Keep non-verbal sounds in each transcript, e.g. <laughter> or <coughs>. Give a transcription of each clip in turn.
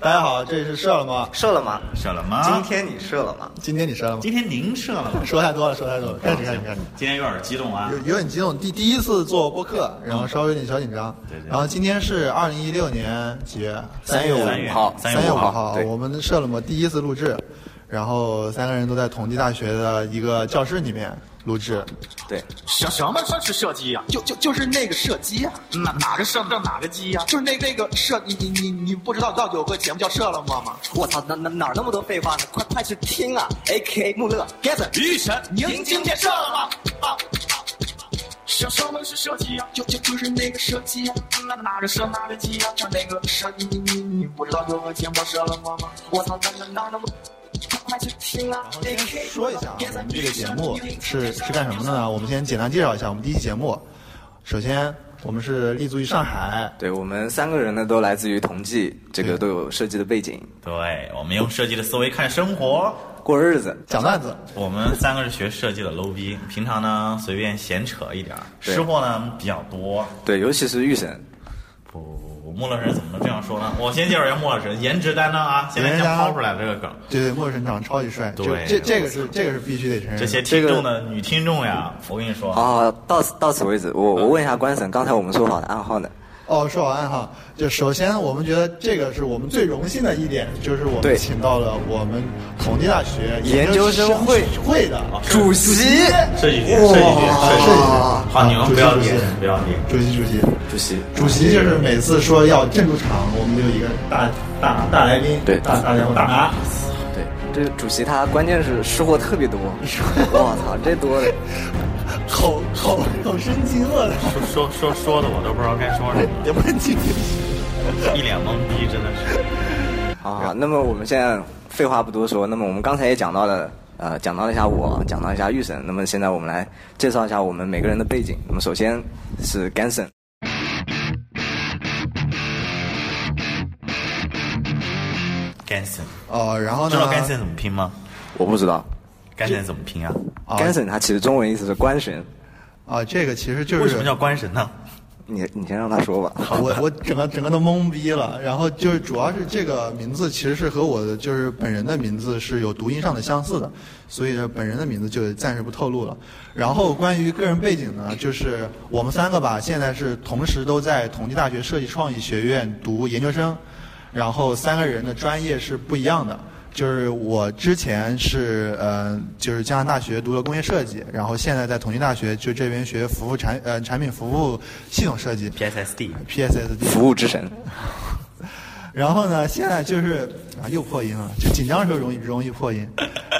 大家好，这是射了吗？射了吗？射了吗？今天你射了吗？今天你射了吗？今天您射了吗？说太多了，说太多了，开始开始开始。今天有点激动啊有！有点激动，第第一次做播客，然后稍微有点小紧张。对对然后今天是二零一六年几月？三月月三五月号三月五五号，号对，我们社了么第一次录制，然后三个人都在同济大学的一个教室里面录制。对，什什么是射击呀、就就就是那个射击呀、哪哪个射到哪个鸡呀、就是那那个射，你你你你不知道到底有个节目叫射了吗吗？我操，哪哪哪儿那么多废话呢？快快去听啊！A K A 穆勒，Get 雨神，您今天射了吗？啊什什么是射击呀、就就就是那个射击呀、哪哪个射哪个鸡呀、就是那个射，你你你你不知道有个节目叫射了吗吗？我操，哪哪哪那么。快去听啊！然后先说一下啊，我们这个节目是是干什么的呢？我们先简单介绍一下我们第一期节目。首先，我们是立足于上海，对我们三个人呢都来自于同济，这个都有设计的背景，对我们用设计的思维看生活。过日子。讲段子。我们三个是学设计的 low 逼，平常呢随便闲扯一点儿，对吃货呢比较多。对，尤其是玉神，不不不不，穆老师怎么能这样说呢？我先介绍一下穆老师，颜值担当啊，现在颜值担先当抛出来这个梗。对对，莫神长超级帅，就对这这个是这个是必须得承认的。这些听众的女听众呀，我跟你说，哦，到此到此为止。我我问一下关神，刚才我们说好的暗号呢？哦，说好暗号，就首先我们觉得这个是我们最荣幸的一点，就是我们对请到了我们同济大学研究生会会会的哦主席，设计局，设计局，设计局。哇好，你们不要主席点，不要点。主席主席主席，主席就是每次说要镇住场，我们就有一个大大大来宾，对大大家伙大啊拿。对，这个主席他关键是吃货特别多，我操，这多的。口口口生津了，说说说说的我都不知道该说什么也不能进去。 <laughs> 了，一脸懵逼，真的是。啊，那么我们现在废话不多说，那么我们刚才也讲到了，呃，讲到了一下我，讲到一下玉神，那么现在我们来介绍一下我们每个人的背景。那么首先是干神， Ganson，哦，然后知呢？道 Ganson 怎么拼吗我不知道， ？Ganson 怎么拼啊？啊干神它其实中文意思是官神，啊，这个其实就是为什么叫官神呢？你你先让他说吧。我我整个整个都懵逼了，然后就是主要是这个名字其实是和我的就是本人的名字是有读音上的相似的，所以呢本人的名字就暂时不透露了。然后关于个人背景呢，就是我们三个吧，现在是同时都在同济大学设计创意学院读研究生，然后三个人的专业是不一样的。就是我之前是呃，就是江南大学读了工业设计，然后现在在同济大学就这边学服务产呃产品服务系统设计。 PSSD PSSD。服务之神，然后呢，现在就是啊，又破音了，就紧张的时候容易容易破音。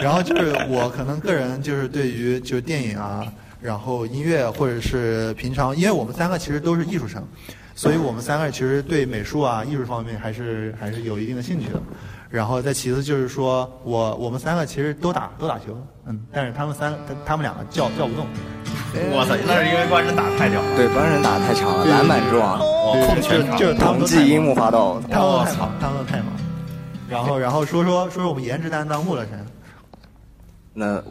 然后就是我可能个人就是对于就是电影啊，然后音乐或者是平常，因为我们三个其实都是艺术生，所以我们三个其实对美术啊、艺术方面还是还是有一定的兴趣的。然后再其次就是说我我们三个其实都打都打球，嗯，但是他们三他他们两个叫叫不动。我操，那是因为官神打太屌了，对，帮人打得太强了，篮板之王，我哦控全场就。是他们同都济太樱木花道，他们太我操忙，他们太忙。哦 <laughs> 然后，然后说说说说我们颜值担当穆乐神，那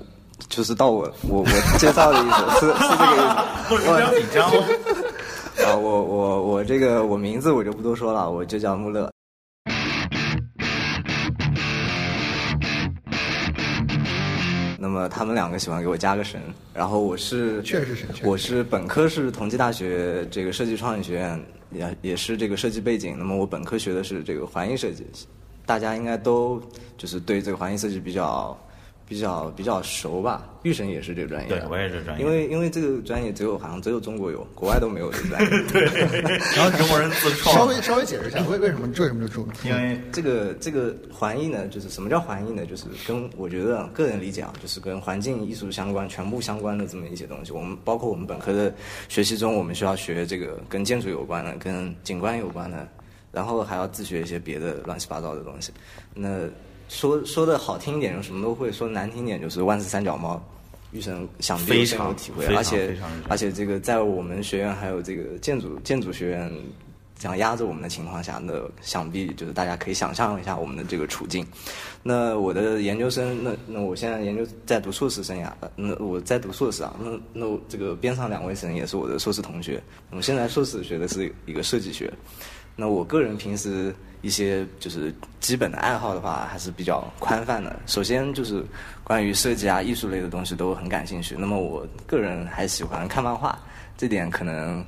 就是到我我我介绍的意思是是这个意思。 <laughs> 不是不要紧张哦。 <laughs> 啊，我我我这个我名字我就不多说了，我就叫穆勒。那么他们两个喜欢给我加个神，然后我是确实是确实是我是本科是同济大学这个设计创意学院，也也是这个设计背景。那么我本科学的是这个环艺设计，大家应该都就是对这个环艺设计比较比较比较熟吧？玉神也是这个专业的，对我也是这专业因为因为这个专业只有好像只有中国有，国外都没有这个专业。然后中国人自稍创微，稍微解释一下为为什么为什么就住了？因为这个这个环艺呢，就是什么叫环艺呢？就是跟我觉得个人理解啊，就是跟环境艺术相关、全部相关的这么一些东西。我们包括我们本科的学习中，我们需要学这个跟建筑有关的、跟景观有关的，然后还要自学一些别的乱七八糟的东西。那说说的好听一点，就什么都会；说难听一点，就是万事三脚猫。玉神想必非有深常有体会，非常而且非常认真而且这个在我们学院还有这个建筑建筑学院这样压着我们的情况下，那想必就是大家可以想象一下我们的这个处境。那我的研究生，那那我现在研究在读硕士生涯，呃那我在读硕士啊，那那我这个边上两位神也是我的硕士同学，我现在硕士学的是一个设计学。那我个人平时一些就是基本的爱好的话，还是比较宽泛的。首先就是关于设计啊、艺术类的东西都很感兴趣。那么我个人还喜欢看漫画，这点可能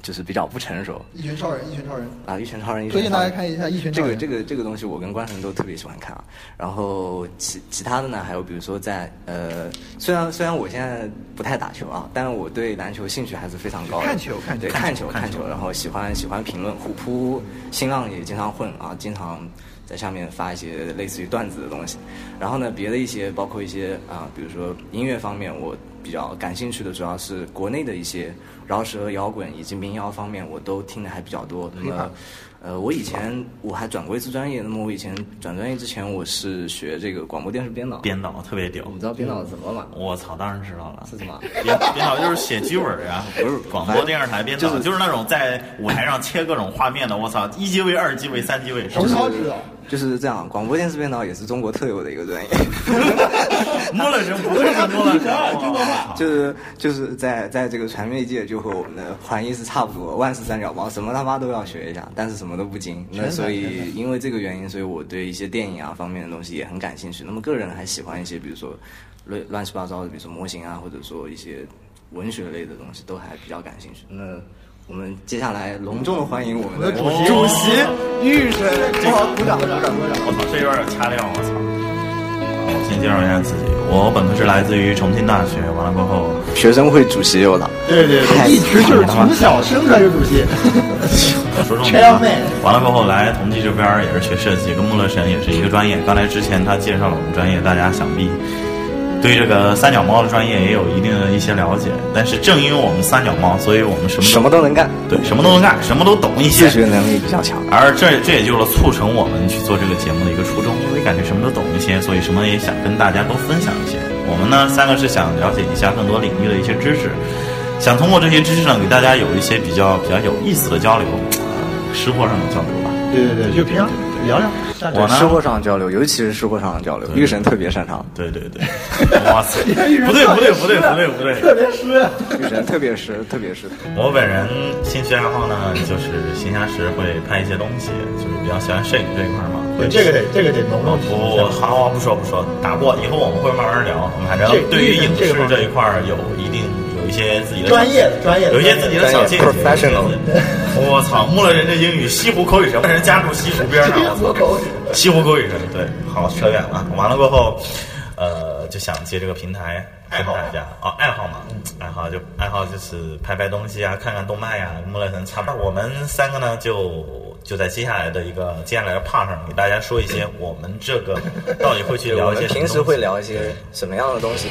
就是比较不成熟一拳超人，一拳超人，啊。一拳超人，一拳推荐大超家人看一下《一拳这超个人》这个这个东西，我跟关神都特别喜欢看啊。然后其其他的呢，还有比如说在呃，虽然虽然我现在不太打球啊，但是我对篮球兴趣还是非常高的。看球看球对看看球看球，然后喜欢喜欢评论，虎扑、新浪也经常混啊，经常在上面发一些类似于段子的东西。然后呢，别的一些包括一些啊、比如说音乐方面，我比较感兴趣的主要是国内的一些饶舌、摇滚以及民谣方面，我都听的还比较多。那么。呃，我以前我还转过一次专业。那么我以前转专业之前，我是学这个广播电视编导。编导特别屌你，知道编导怎么了吗？我操，当然知道了。是什么？编编导就是写剧本呀，不是广播电视台编导，就是就是那种在舞台上切各种画面的，我操，一机位、二机位、三机位，什洪么涛知道， <laughs> 就是这样，广播电视编导也是中国特有的一个专业。摸了人不愧是摸了人，中国话就是就是在在这个传媒界，就和我们的环艺是差不多，万事三脚猫，什么他妈都要学一下，但是什么都不精。那所以因为这个原因，所以我对一些电影啊方面的东西也很感兴趣。那么个人还喜欢一些，比如说乱乱七八糟的，比如说模型啊，或者说一些文学类的东西，都还比较感兴趣。那我们接下来隆重的欢迎我们的主席主席玉神，好，鼓掌鼓掌鼓掌。我操，这有点掐量，我操。好我先介绍一下自己，我本科是来自于重庆大学，完了过后，学生会主席有了，哎对对对，一直就是从小生出来就主席，说重全点要啊妹。完了过后来同济这边儿也是学设计，跟穆乐神也是一个专业。刚才之前他介绍了我们专业，大家想必对这个三脚猫的专业也有一定的一些了解。但是正因为我们三脚猫，所以我们什么什么都能干，对什么都能干，什么都懂一些自。学能力比较强。而这这也就是促成我们去做这个节目的一个初衷，因为感觉什么都懂一些，所以什么也想跟大家都分享一些。我们呢，三个是想了解一下更多领域的一些知识，想通过这些知识呢，给大家有一些比较比较有意思的交流，啊吃货上的交流吧。对对对，就平常聊聊。下我吃呢货，上交流，尤其是吃货上的交流，玉神特别擅长，对对 <laughs> 对，哇塞，不对不对不对不对不对，特别湿。玉神特别是特别是。我本人兴趣爱好呢，就是闲暇时会拍一些东西，就是比较喜欢摄影这一块嘛。会这个得这个得浓我浓。不，好好不说不说，打过以后我们会慢慢聊。我们还是对于影视这一块儿有一定有一些自己的专业的专业的有一些自己的小见解。专业 professional 我操，穆勒人这英语西湖口语神，人家住西湖边上，我操西湖口语神，对，好扯远了。完了过后，呃，就想借这个平台跟大家啊，爱好嘛，爱好就爱好就是拍拍东西啊，看看动漫呀、穆勒人差不多。我们三个呢就。就在接下来的一个接下来的 part 上，给大家说一些我们这个到底会去聊我一些们什么平时东西会聊一些什么样的东西？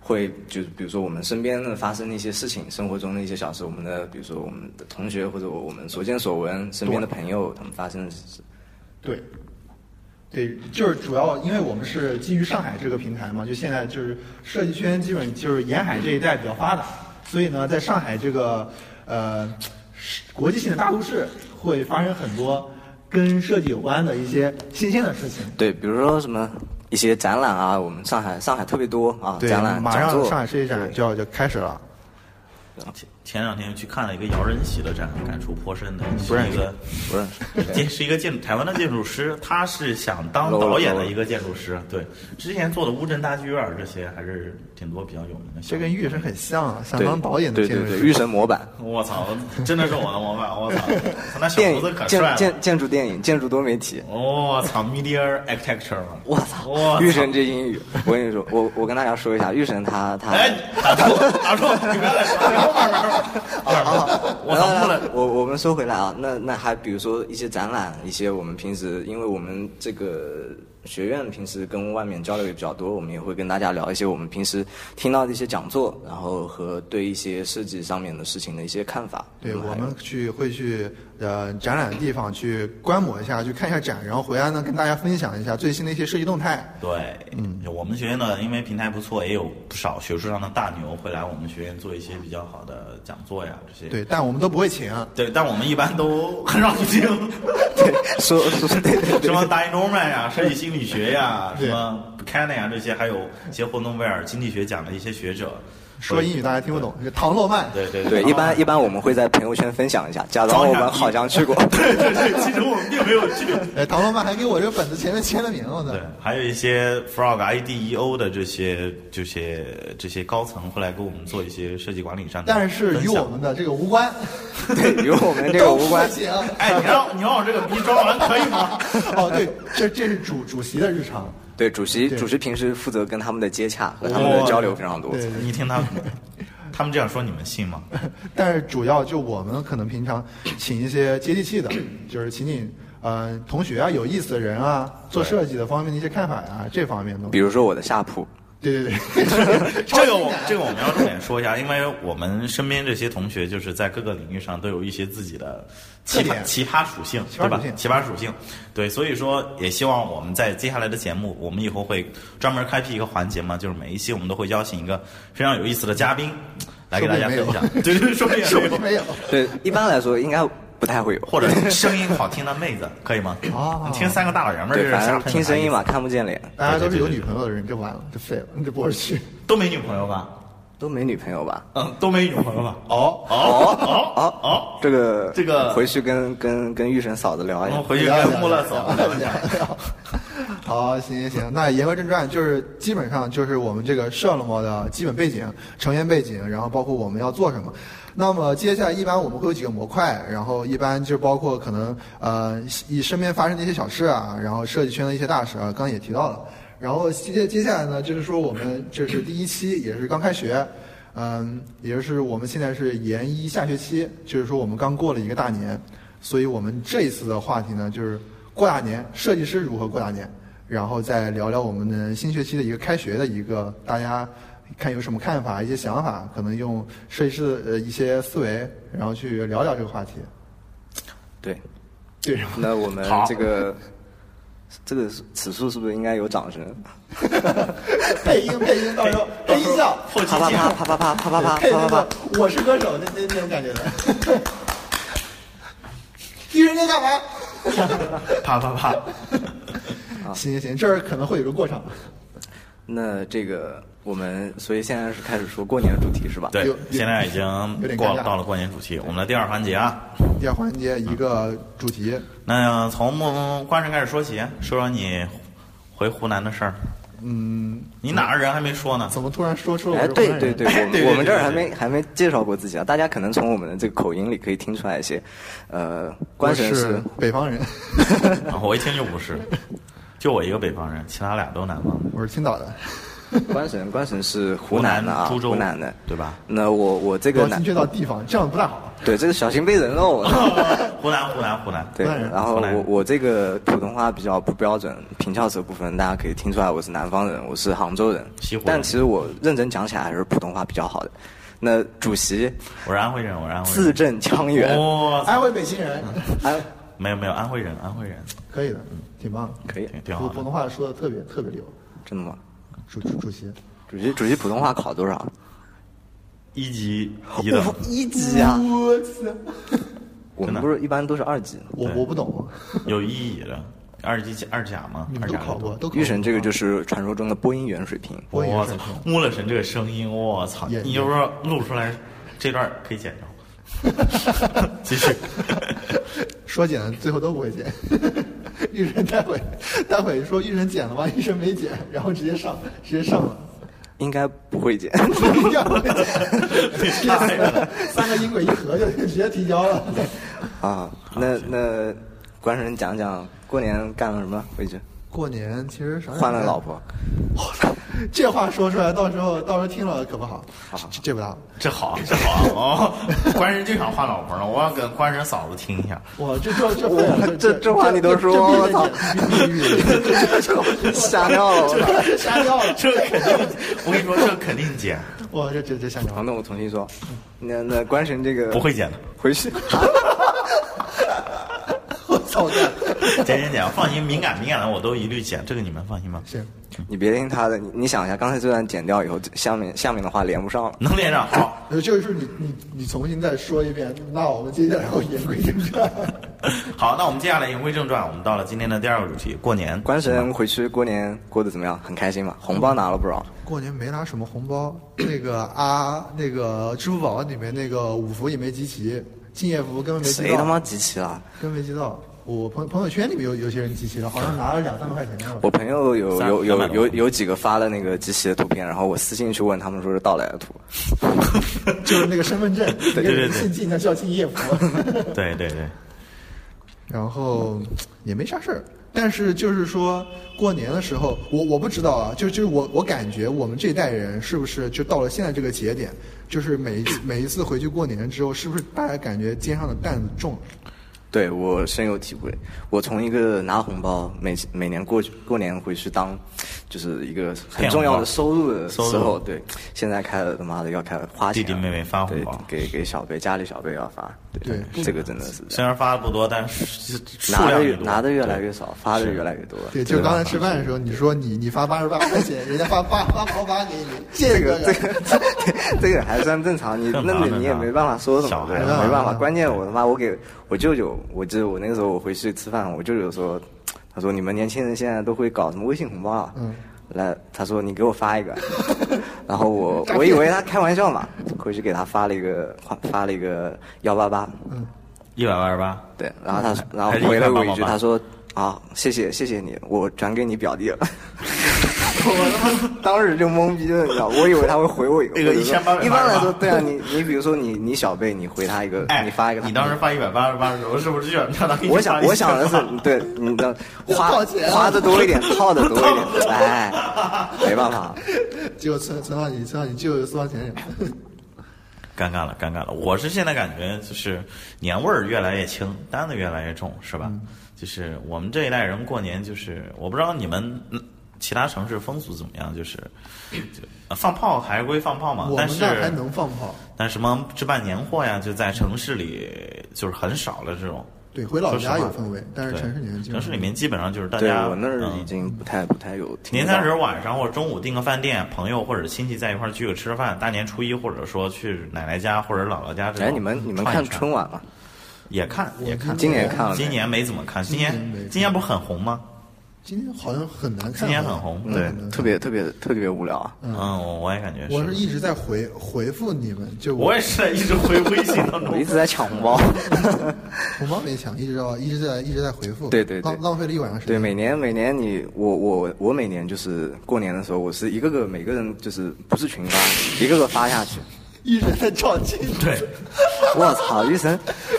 会就是比如说我们身边的发生的一些事情，生活中的一些小事，我们的比如说我们的同学或者我们所见所闻，身边的朋友他们发生的事。对，对，就是主要因为我们是基于上海这个平台嘛，就现在就是设计圈基本就是沿海这一带比较发达，所以呢，在上海这个呃是国际性的大都市会发生很多跟设计有关的一些新鲜的事情。对，比如说什么一些展览啊，我们上海上海特别多啊，对展，览马讲上座。上海设计展对就要就开始了。前前两天去看了一个姚仁喜的展，感触颇深的，是认一识个不认识。<laughs> <laughs> 建是一个建台湾的建筑师，他是想当楼导演楼的一个建筑师。对，之前做的乌镇大剧院这些还是挺多比较有名的。这跟玉神很像啊，想对当导演的对建对筑对，师御神模板。我操，真的是我的模板！我 <laughs> 操，他那小电胡子影可帅建了建。建筑电影建筑多媒体，我操，media architecture 嘛！我操！我玉操！神这英语， <laughs> 我跟你说，我我跟大家说一下，玉神他他。哎，打住，打住！你不要再说了， <laughs> 我操，木来来了来！呃我我们说回来啊，那那还比如说一些展览，一些我们平时，因为我们这个学院平时跟外面交流也比较多，我们也会跟大家聊一些我们平时听到的一些讲座，然后和对一些设计上面的事情的一些看法。对，嗯我还们去会去呃展览的地方去观摩一下，去看一下展，然后回来呢跟大家分享一下最新的一些设计动态。对，嗯，我们学院呢，因为平台不错，也有不少学术上的大牛会来我们学院做一些比较好的讲座呀，这些。对，但我们都不会请，啊对，但我们一般都很少去听， <laughs> 说说对对对 <laughs> 什么 d y n o m a 呀、设计心理学呀、什么 Buchanan 啊这些，还有一些霍诺威尔经济学奖的一些学者说英语大家听不懂，唐诺曼。对对对，一般一般我们会在朋友圈分享一下，假哦装我们好像 <laughs> 去过。 <laughs> 对对对，其实我们并没有去。哎，唐诺曼还给我这本子前面签了名，我操对！，还有一些 Frog IDEO 的这些这些这些高层会来跟我们做一些设计管理上的但分享，是与我们的这个无关，对，与我们这个无关都不。行。哎，你让你让我这个逼装完可以吗？哦，对，这这是主主席的日常。对，主席对主席平时负责跟他们的接洽和他们哦的交流非常多。对你听他们，他们这样说你们信吗？但是主要就我们可能平常请一些接地气的，就是请请呃同学啊、有意思的人啊，做设计的方面的一些看法啊，这方面的东比西。如说我的下铺，对对 <laughs> 对，这个我这个我们要重点说一下，因为我们身边这些同学就是在各个领域上都有一些自己的奇特葩点奇葩属性，奇葩对吧属？性奇葩属性，对，所以说也希望我们在接下来的节目，我们以后会专门开辟一个环节嘛，就是每一期我们都会邀请一个非常有意思的嘉宾来给大家分说享不定没，有对对，说不定也是 <laughs> 没有我没有。对，一般来说应该不太会有，或者声音好听的妹子可以吗？哦听三个大老爷们儿对，这反是瞎正喷听声音嘛，，看不见脸，大家都是有女朋友的人，这完了，这废了，你这播出去。都没女朋友吧？都没女朋友吧？嗯，都没女朋友吧？哦，哦哦哦哦，这个这个回去跟跟跟玉神嫂子聊一我下们。回哎去跟穆勒嫂聊聊一下。聊聊。哎 <laughs> 好，行行行，那言归正传，就是基本上就是我们这个社了么的基本背景、成员背景，然后包括我们要做什么。那么接下来一般我们会有几个模块，然后一般就包括可能呃以身边发生的一些小事啊，然后设计圈的一些大事啊，刚刚也提到了。然后接接下来呢，就是说我们这是第一期，也是刚开学，嗯，也就是我们现在是研一下学期，就是说我们刚过了一个大年，所以我们这一次的话题呢，就是过大年，设计师如何过大年，然后再聊聊我们的新学期的一个开学的一个大家看有什么看法、一些想法，可能用设计师的呃一些思维，然后去聊聊这个话题。对，对，那我们好这个这个此处是不是应该有掌声？哎配音配音，到时 <laughs> 候配音效，后期啪啪剪啪啪啪啪啪啪啪配那啪啪个《我是歌手》那那那种感觉的。一人在干嘛？啪啪啪。行行行，这儿可能会有个过场。那这个我们所以现在是开始说过年的主题是吧？对有，现在已经有点过尴尬到了过年主题，我们的第二环节啊。第二环节一个主题，那从木关神开始说起，啊说说你回湖南的事儿。嗯，你哪儿人还没说呢？怎么突然说出了我哎，是对湖南对人对，我 <laughs> 对对们我们这儿对还对没还没介绍过自己啊，大家可能从我们的这个口音里可以听出来一些，呃，关我神是是北方人， <laughs> 啊我一听就不是，就我一个北方人，其他俩都南方的。我是青岛的。关神，关神是湖南的啊，湖南株洲湖南的，对吧？那我我这不个要南精确到地方，这样不大好。对这个小心被人喽。 <laughs> 湖南，湖南，湖南。对，湖南人然后湖南我人我这个普通话比较不标准，平翘舌部分大家可以听出来，我是南方人，我是杭州人西湖人，但其实我认真讲起来还是普通话比较好的。那主席我是安徽人，我是安徽字人。正腔圆，哦，安徽北京人，哎，没有没有，安徽人，安徽人，嗯可以的，嗯挺棒的。可以，挺挺普好的普。通话说的特别特别溜。真的吗？主主主席，主席，主席普通话考多少？一级一等，一级啊！我操！我们不是一般都是二级吗。我我不懂，有意义的。二级二甲吗？你二们都甲考过，都考过。玉神这个就是传说中的播音员水平。我也我是操，穆勒神这个声音，我操！也你就说录出来这段儿可以剪掉，继续。 <laughs> 说剪最后都不会剪。 <laughs> 玉神待会待会说玉神剪了吧，玉神没剪，然后直接上直接上了， <laughs> 应该不会 <laughs> 剪。一定要会剪，三个音轨一合就直接提交了。啊，那那关神讲讲过年干了什么回去？过年其实嗯啥也没干换了老，婆，这话说出来，到时候到时候听了可不好，这这不大好。这好，这好哦！官人就想换老婆了，我要跟官人嫂子听一下。哇，这这这哇这这这话你都说我操这必须得剪 <laughs> 吓尿 <laughs> 了我操！这瞎掉了，这肯定，我跟你说，这肯定剪，哇，这这这瞎掉了。好，那我重新说，那那关神这个不会剪的。回去，操蛋！剪剪剪，放心，敏感敏感的我都一律剪，这个你们放心吧。行，你别听他的，你你想一下，刚才这段剪掉以后，这下面下面的话连不上了。能连上好。 <laughs> 就是你你你重新再说一遍，那我们接下来会言归正传。好，那我们接下来言归正传，我们到了今天的第二个主题，过年。关神回去过年过得怎么样？很开心吧？红包拿了不少。过年没拿什么红包，那个啊，那个支付宝里面那个五福也没集齐，敬业福根本没集到，谁他妈集齐了？根本没集到。我朋朋友圈里面有有些人集齐了，好像拿了两三百块钱吧我朋友有三有三百有多有有几个发了那个集齐的图片，然后我私信去问他们说是盗来的图。就是那个身份证， <laughs> 对对对姓敬那叫敬业福。对对对， <laughs> 然后也没啥事儿。但是就是说，过年的时候，我我不知道啊，就就是我我感觉我们这一代人是不是就到了现在这个节点，就是每一次每一次回去过年之后，是不是大家感觉肩上的担子重了？对我深有体会。我从一个拿红包，每每年过去过年回去当，就是一个很重要的收入的时骗红包收入候，对，现在开了他妈的要开始花钱了，啊弟弟妹妹发红包对给给小辈家里小辈要发，对，对这个真的是虽然发的不多，但是数拿量的越越多，拿的越来越少，发的越来越多。对，就刚才吃饭的时候，你说你你发八十八块钱，人家发八八毛八给你，这这个人这个这个还 <laughs> 算正常，你正常那正你你也常没办法说什小么，对孩嘛没办法。嗯关键我他妈我给我舅舅，我记得我那个时候我回去吃饭，我舅舅说，他说你们年轻人现在都会搞什么微信红包啊？嗯来，他说你给我发一个，然后我我以为他开玩笑嘛，回去给他发了一个发发了一个幺八八，一百八十八。对，然后他然后嗯还是回了我188一句，他说啊谢谢谢谢你，我转给你表弟了。 <laughs> 我他妈当时就懵逼了，你知道，我以为他会回我一个。那个或者说1888一般来说，对啊，你你比如说你你小辈，你回他一个，哎，你发一个，你当时发一百八十八的时候，是不是就想让他给你我想发我想的是188， <laughs> 对，你的花套钱啊花的多一点，套的多一 <laughs> 点，哎，没办法，结果存存到你存到你舅舅私房钱里了。尴尬了，尴尬了。我是现在感觉就是年味儿越来越轻，担子越来越重，是吧？就是我们这一代人过年，就是我不知道你们嗯其他城市风俗怎么样，就是就呃放炮还是归放炮嘛，我啊但们是那儿还能放炮？但什么置办年货呀，就在城市里就是很少了这种。对，回老说实家话有氛围，但是对城市里面基本城上市里面基本上就是大对家我那儿嗯已经不太不太有听年得到。三十晚上或者中午订个饭店，朋友或者亲戚在一块儿聚个吃个饭，大年初一或者说去奶奶家或者姥姥家这种哎，你们你们串一看串春晚吗？也看也看，今年看了没今年没怎么看，今今年没年看今年不是很红吗？今天好像很难看啊，今年很红嗯很对难看特别特别特别无聊啊！嗯，我我也感觉我是是，一直在回回复你们，就我也是在一直回微信当我一中。直在抢红 <laughs> 包。 <laughs> 红包没抢，一直要一直在一直在回复，对对对浪浪费了一晚上时对，间。每年每年你我我我每年就是过年的时候，我是一个个每个人就是不是群发，一个个发下去。一直在照镜子，对，我操，医生，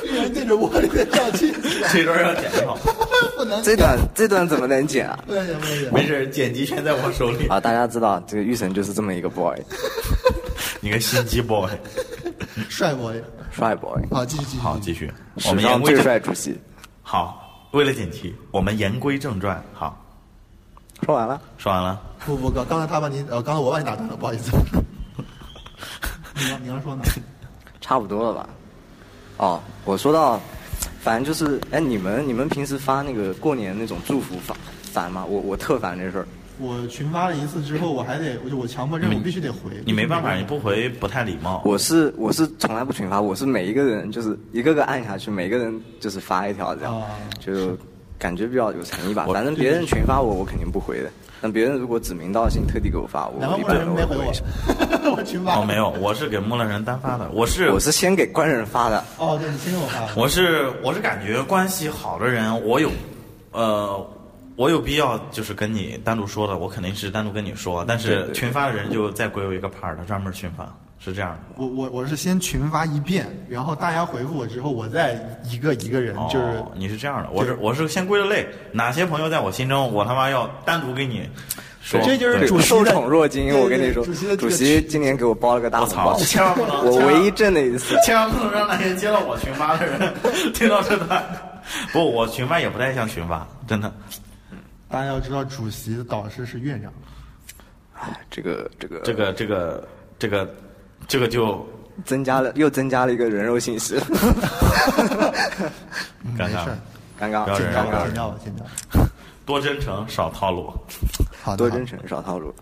一人对着我里面照镜子，这段要剪掉，不能这段这段怎么能剪啊？不能行不能行。没事，剪辑权在我手里。啊，大家知道这个玉神就是这么一个 boy，你个心机 boy。帅我，帅 boy，好，继续继续。好，继续，我史们上言归最正帅主席。好，为了剪辑，我们言归正传。好，说完了，说完了。不不，刚刚才他把你，呃，刚才我把你打断了，不好意思。你要你要说呢？差不多了吧？哦，我说到，反正就是，哎，你们你们平时发那个过年那种祝福烦烦吗？我我特烦这事儿。我群发了一次之后，我还得，我就我强迫症，我必须得回。你没办法，你不回不太礼貌。我是我是从来不群发，我是每一个人就是一个个按下去，每个人就是发一条这样，啊就感觉比较有诚意吧。我反正别人群发我，我肯定不回的。但别人如果指名道姓特地给我发，我然后一木般兰都没会回回一下。我，我群发。哦，没。有，我是给木兰人单发的。我是我是先给官人发的，哦，对你先给我发。我是我是感觉关系好的人，我有，呃，我有必要就是跟你单独说的，我肯定是单独跟你说。但对是对群发的人就再归为一个 part，专门群发是这样的。我我我是先群发一遍，然后大家回复我之后，我再一个一个人哦，就是你是这样的，我是我是先归了类，哪些朋友在我心中，我他妈要单独跟你说。这就是对主席受的宠若惊。对我跟你对说主席的，这个主席今年给我包了个大我红操包，千万不能我千万唯一挣的一次。千万不能让那些接到我群发的人 <laughs> 听到这段。不，我群发也不太像群发，真的。大家要知道，主席的导师是院长。哎，这个这个这个这个这个这个就 <laughs> 增加了又增加了一个人肉信息，尴嗯没尬事了儿。尴尴尬不要剪人掉不要吧，剪人掉吧，剪掉吧。多真诚，少套路。好的，多好的真诚少套路。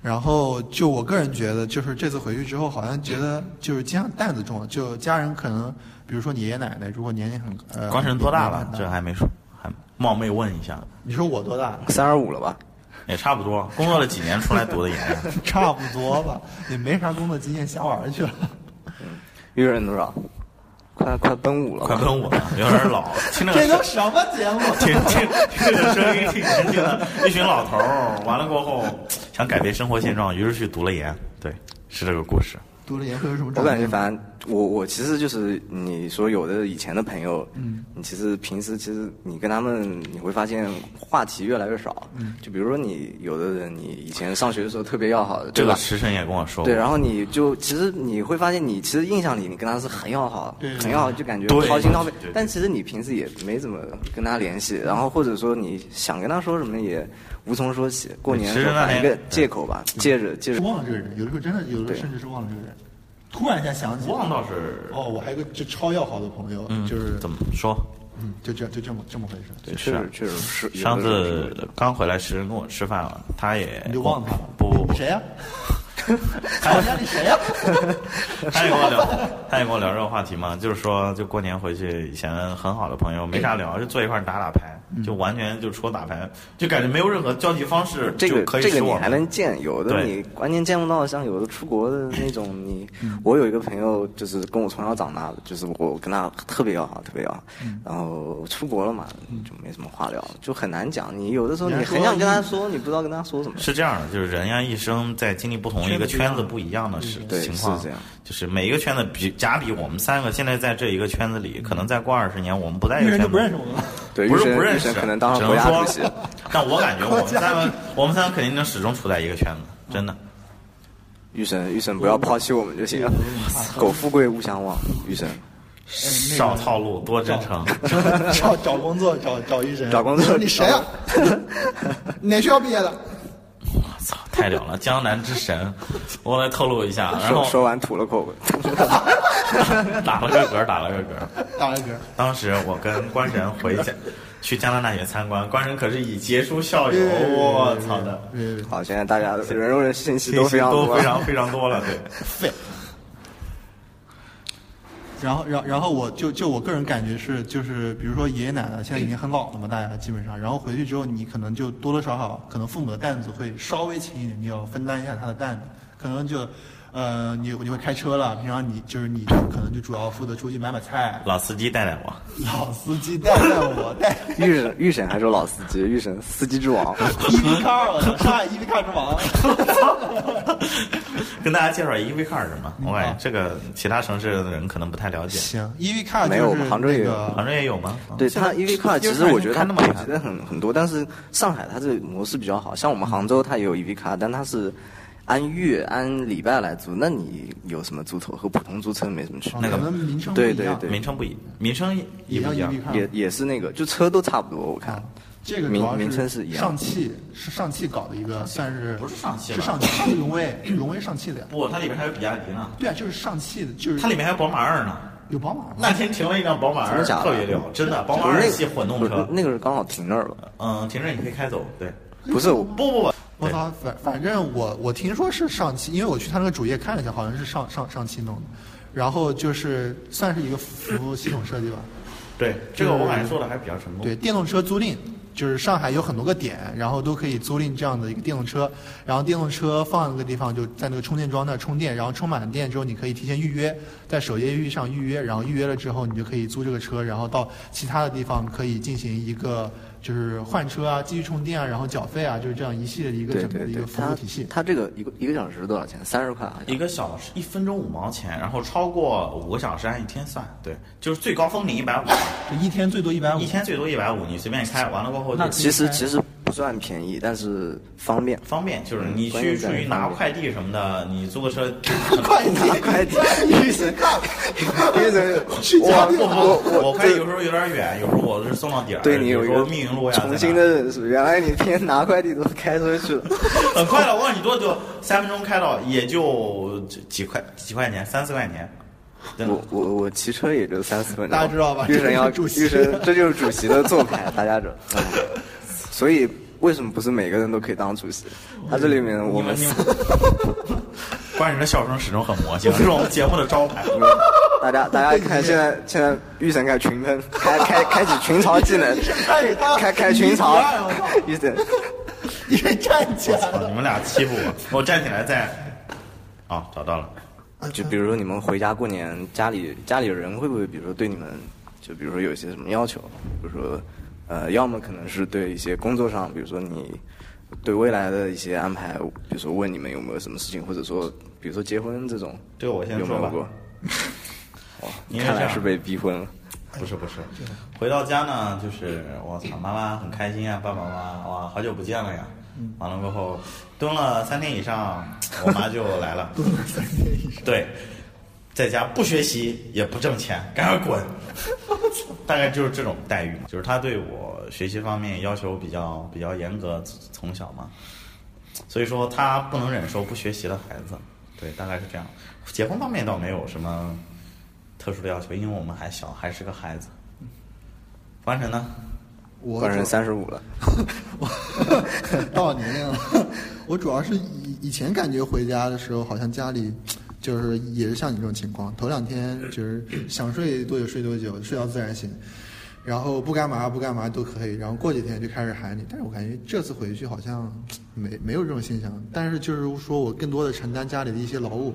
然后就我个人觉得，就是这次回去之后，好像觉得就是肩上担子重了。就家人可能，比如说你爷爷奶奶，如果年龄很 <laughs> 呃，光神多大了年？龄这很还没说，还冒昧问一下，你说我多大？ <laughs> 三二五了吧？也差不多。工作了几年出来读的研 <laughs> 呀？差不多吧，也没啥工作经验，瞎玩儿 <laughs> 去了。一个人多少？快快奔五了吧，快奔五了，有点老。听着这都什么节目？听听听着声音，挺年轻的一群老头儿。完了过后，想改变生活现状，于是去读了研。对，是这个故事。读了研会有什么我转感觉变吗？反正我我其实就是你说有的以前的朋友，嗯，你其实平时其实你跟他们你会发现话题越来越少，嗯，就比如说你有的人你以前上学的时候特别要好的，这对个吧？师生也跟我说过对，。然后你就其实你会发现，你其实印象里你跟他是很要好，很要好，就感觉对掏心掏肺对对。但其实你平时也没怎么跟他联系，然后或者说你想跟他说什么也无从说起。过年的时候其实那找一个天借口吧，借着借着忘了这个人，有的时候真的，有的时对候甚至是忘了这个人，突然一下想起。忘倒是，哦，我还有个就超要好的朋友，就是怎么说？嗯，就这样，就这么这么回事。对，是确啊实确实是有的上挺有次的刚回来，时人跟我吃饭了，他也你就忘了他了？不不不，谁啊呀？我家里谁呀？ <laughs> 他也跟我聊，他也跟我聊这个话题嘛，就是说，就过年回去，以前很好的朋友没啥聊，就坐一块儿打打牌，就完全就除了打牌，就感觉没有任何交际方式，这个就可以这个使你我还能见，有的对你完全见不到，像有的出国的那种你。嗯我有一个朋友，就是跟我从小长大的，就是我跟他特别要好，特别要好。嗯然后出国了嘛，就没什么话聊，就很难讲。你有的时候你你还很说想跟他说，你不知道跟他说什么。是这样的，就是人家一生在经历不同一个圈子不一样嗯的事对情况，是这样就是每一个圈子比假比我们三个现在在这一个圈子里，可能再过二十年我们不在一那个人圈子就里，不认识我们了。对，不玉是生不认玉识，生只可能能当上国家说主席。，但我感觉我们三个我们三个肯定能始终处在一个圈子，真的。玉生玉生不要抛弃我们就 <laughs> 行了。苟富贵勿相忘，玉哎生。哎少套路，多真诚。找找工作，找找医生，找工作我说你谁啊呀？ <laughs> 哪学校毕业的？操，太屌了！江南 <laughs> 之神，我来透露一下，然说说后完吐了口水。打了个嗝，打了个嗝。打了嗝。当时我跟关神回家，去江南大学参观，关神可是以杰出校友，我操的，别别好，现在大 <laughs> 家人肉的信息信都息非常都多非。常非常多了，对。废。然后，然然后我就就我个人感觉是，就是比如说爷爷奶奶现在已经很老了嘛，大家基本上，然后回去之后，你可能就多多少少，可能父母的担子会稍微轻一点，你要分担一下他的担子，可能就，呃，你你会开车了，平常你就是你可能就主要负责出去买买菜，老司机带带我，老司机带带我带 <laughs> 玉神玉神还说老司机，玉神司机之王。伊比卡尔，上海伊比卡之王，跟大家介绍一下 EV car 是什么。嗯我感觉这个其他城市的人可能不太了解，行，伊比卡没有就我是们杭州也那有个杭州也有吗？啊对它 EV car，其实我觉得它看那么普惨及的很很多，但是上海它这个模式比较好，像我们杭州它也有 EV car，但它是按月按礼拜来租，那你有什么租头和普通租车没什么区别？那个我们名称不对一样对对名称不一，名称也也叫不一伊样比。卡。也也是那个，就车都差不多，我看。这个主名要名称是一上样的。汽是上汽搞的一个，算是不是上汽吧是上汽上汽荣威，荣威上汽的呀。不，它里边还有比亚迪呢，对啊，就是上汽的，就是它里面还有宝马二呢。有宝马。那天停了一辆宝马真二，的假的特别溜，真的，宝马不是二那系混动不是车，那个是刚好停那儿了，嗯，停着你可以开走，对，不是我不不不，我对操，反反正我我听说是上汽，因为我去他那个主页看了一下，好像是上上上汽弄的。然后就是算是一个服务系统设计吧。对，这个我感觉嗯做的还比较成功，对，电动车租赁就是上海有很多个点，然后都可以租赁这样的一个电动车，然后电动车放一个地方就在那个充电桩那儿充电，然后充满电之后你可以提前预约，在首页域上预约，然后预约了之后你就可以租这个车，然后到其他的地方可以进行一个就是换车啊、继续充电啊，然后缴费啊，就是这样一系列的一个对整个对的一对个，服务它体系。它这个一个一个小时多少钱？三十块啊好像一。个小时一分钟五毛钱，然后超过五个小时按一天算，对，就是最高峰你一百五，就一天最多一百五一，天最多一百五，你随便开，完了过后那就其实其实不算便宜，但是方便。方便，就是你嗯关去键出在去拿方便快递什么的，你租个车，快递 <laughs> 拿 <laughs> 快递，医生，医生，我我我我快递有对时候有点远，有时候我是送到点儿，对你有比一如说个密云路呀，重新在哪儿的认识，原来你天天拿快递都开车去了。很快了，我告诉你多久，三分钟开到也就几几块几块钱，三四块钱。真的我我我骑车也就三四分钟，大家知道吧玉神要这玉就是主席神，这就是主席的做派，大家知道。嗯所以为什么不是每个人都可以当主席？他这里面我们你们你四们， <laughs> 关人的笑声始终很魔性，这是我们节目的招牌。个大家大家看现在现在玉神开群喷，开开开启群嘲技能，哎他开开群你嘲让我操，玉神 <laughs> 你站起来操你们俩欺负我，我站起来再，啊，找到了。就比如说你们回家过年，家里家里人会不会，比如说对你们，就比如说有一些什么要求，比如说，呃，要么可能是对一些工作上，比如说你对未来的一些安排，比如说问你们有没有什么事情，或者说，比如说结婚这种，对我先有没说有吧 <laughs> 过？哇，你也看这来样是被逼婚了。不是不是，回到家呢，就是我操，妈妈很开心啊，爸爸妈妈哇，好久不见了呀。完了过后，蹲了三天以上，我妈就来了。 <laughs> 蹲了三天以上。对，在家不学习也不挣钱，赶快滚！大概就是这种待遇嘛，就是她对我学习方面要求比较比较严格，从小嘛，所以说她不能忍受不学习的孩子。对，大概是这样。结婚方面倒没有什么特殊的要求，因为我们还小，还是个孩子。完成呢？我本人三十五了，我 <laughs> 到年龄了，我主要是以以前感觉回家的时候，好像家里就是也是像你这种情况，头两天就是想睡多久睡多久，睡到自然醒，然后不干嘛不干嘛都可以，然后过几天就开始喊你。但是我感觉这次回去好像没没有这种现象，但是就是说我更多的承担家里的一些劳务。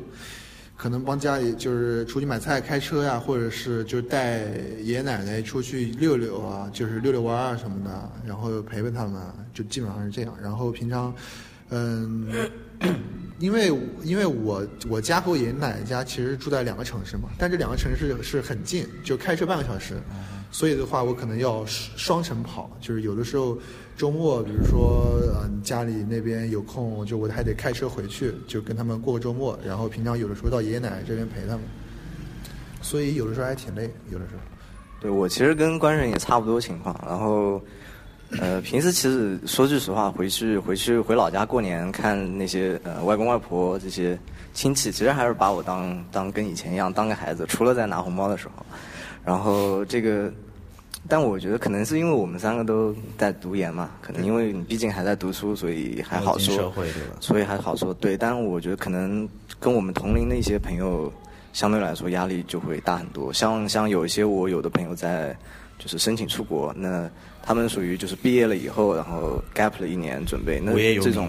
可能帮家里就是出去买菜、开车呀、或者是就是带爷爷奶奶出去溜溜啊，就是溜溜弯儿啊什么的，然后陪陪他们啊，就基本上是这样。然后平常，嗯，因为因为我我家和我爷爷奶奶家其实住在两个城市嘛，但这两个城市是很近，就开车半个小时，所以的话我可能要双双程跑，就是有的时候周末，比如说嗯家里那边有空，就我还得开车回去，就跟他们过个周末，然后平常有的时候到爷爷奶奶这边陪他们，所以有的时候还挺累，有的时候。对我其实跟官神也差不多情况，然后，呃，平时其实说句实话，回去回去回老家过年看那些呃外公外婆这些亲戚，其实还是把我当当跟以前一样当个孩子，除了在拿红包的时候，然后这个。但我觉得可能是因为我们三个都在读研嘛，可能因为你毕竟还在读书，所以还好没有进说，社会对吧所以还好说。对，但我觉得可能跟我们同龄的一些朋友相对来说压力就会大很多。像像有一些我有的朋友在就是申请出国，那他们属于就是毕业了以后，然后 gap 了一年准备，那无业游民这种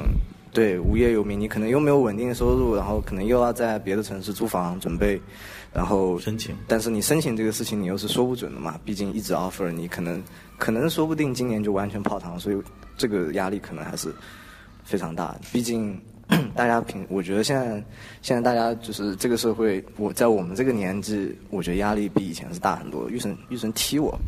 对无业游民，你可能又没有稳定收入，然后可能又要在别的城市租房准备，然后申请但是你申请这个事情，你又是说不准的嘛，毕竟一纸 offer，你可能可能说不定今年就完全泡汤，所以这个压力可能还是非常大。毕竟 <clears throat> 大家平，我觉得现在现在大家就是这个社会，我在我们这个年纪，我觉得压力比以前是大很多。玉神玉神踢我，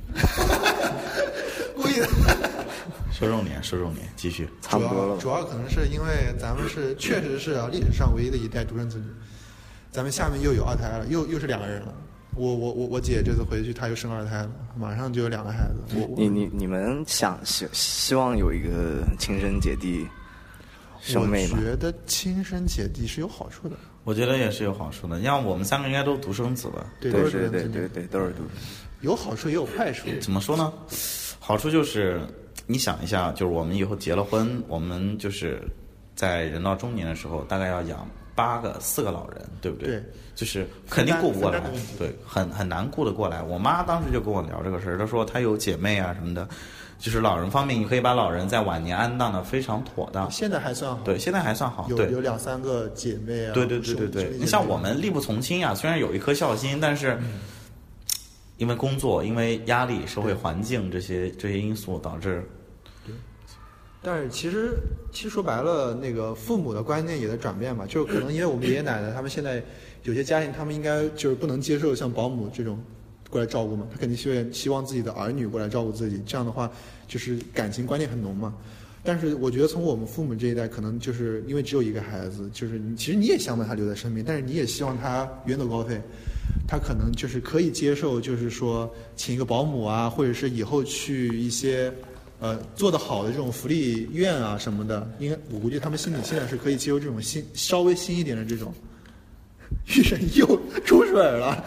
说重点，说重点，继续。差不多了吧。主要主要可能是因为咱们是确实是啊历史上唯一的一代独生子女，咱们下面又有二胎了，又又是两个人了。我我我我姐这次回去，她又生二胎了，马上就有两个孩子。我你我你你们想希希望有一个亲生姐弟兄妹我吗？觉得亲生姐弟是有好处的，我觉得也是有好处的，像我们三个应该都独生子吧？对都对是独对生子对女对对，都是独生。有好处也有坏处。怎么说呢？好处就是，你想一下，就是我们以后结了婚，我们就是在人到中年的时候，大概要养八个、四个老人，对不对？对就是肯定顾不过来分担分担顾，对，很很难顾得过来。我妈当时就跟我聊这个事儿，她说她有姐妹啊什么的，就是老人方面，你可以把老人在晚年安葬的非常妥当。现在还算好，对，现在还算好，有对，有两三个姐妹啊，对对对兄对对兄弟，姐你像妹我们力不从心呀、虽然有一颗孝心，但是嗯因为工作、因为压力、社会环境这些这些因素导 <laughs> 致，但是其实其实说白了，那个父母的观念也在转变嘛，就是可能因为我们爷爷奶奶他们现在有些家庭，他们应该就是不能接受像保姆这种过来照顾嘛，他肯定希望希望自己的儿女过来照顾自己，这样的话就是感情观念很浓嘛。但是我觉得从我们父母这一代，可能就是因为只有一个孩子，就是你其实你也想把他留在身边，但是你也希望他远走高飞。他可能就是可以接受，就是说请一个保姆啊，或者是以后去一些呃做得好的这种福利院啊什么的，应该我估计他们心里现在是可以接受这种新稍微新一点的这种。 <laughs> 预审又出水了。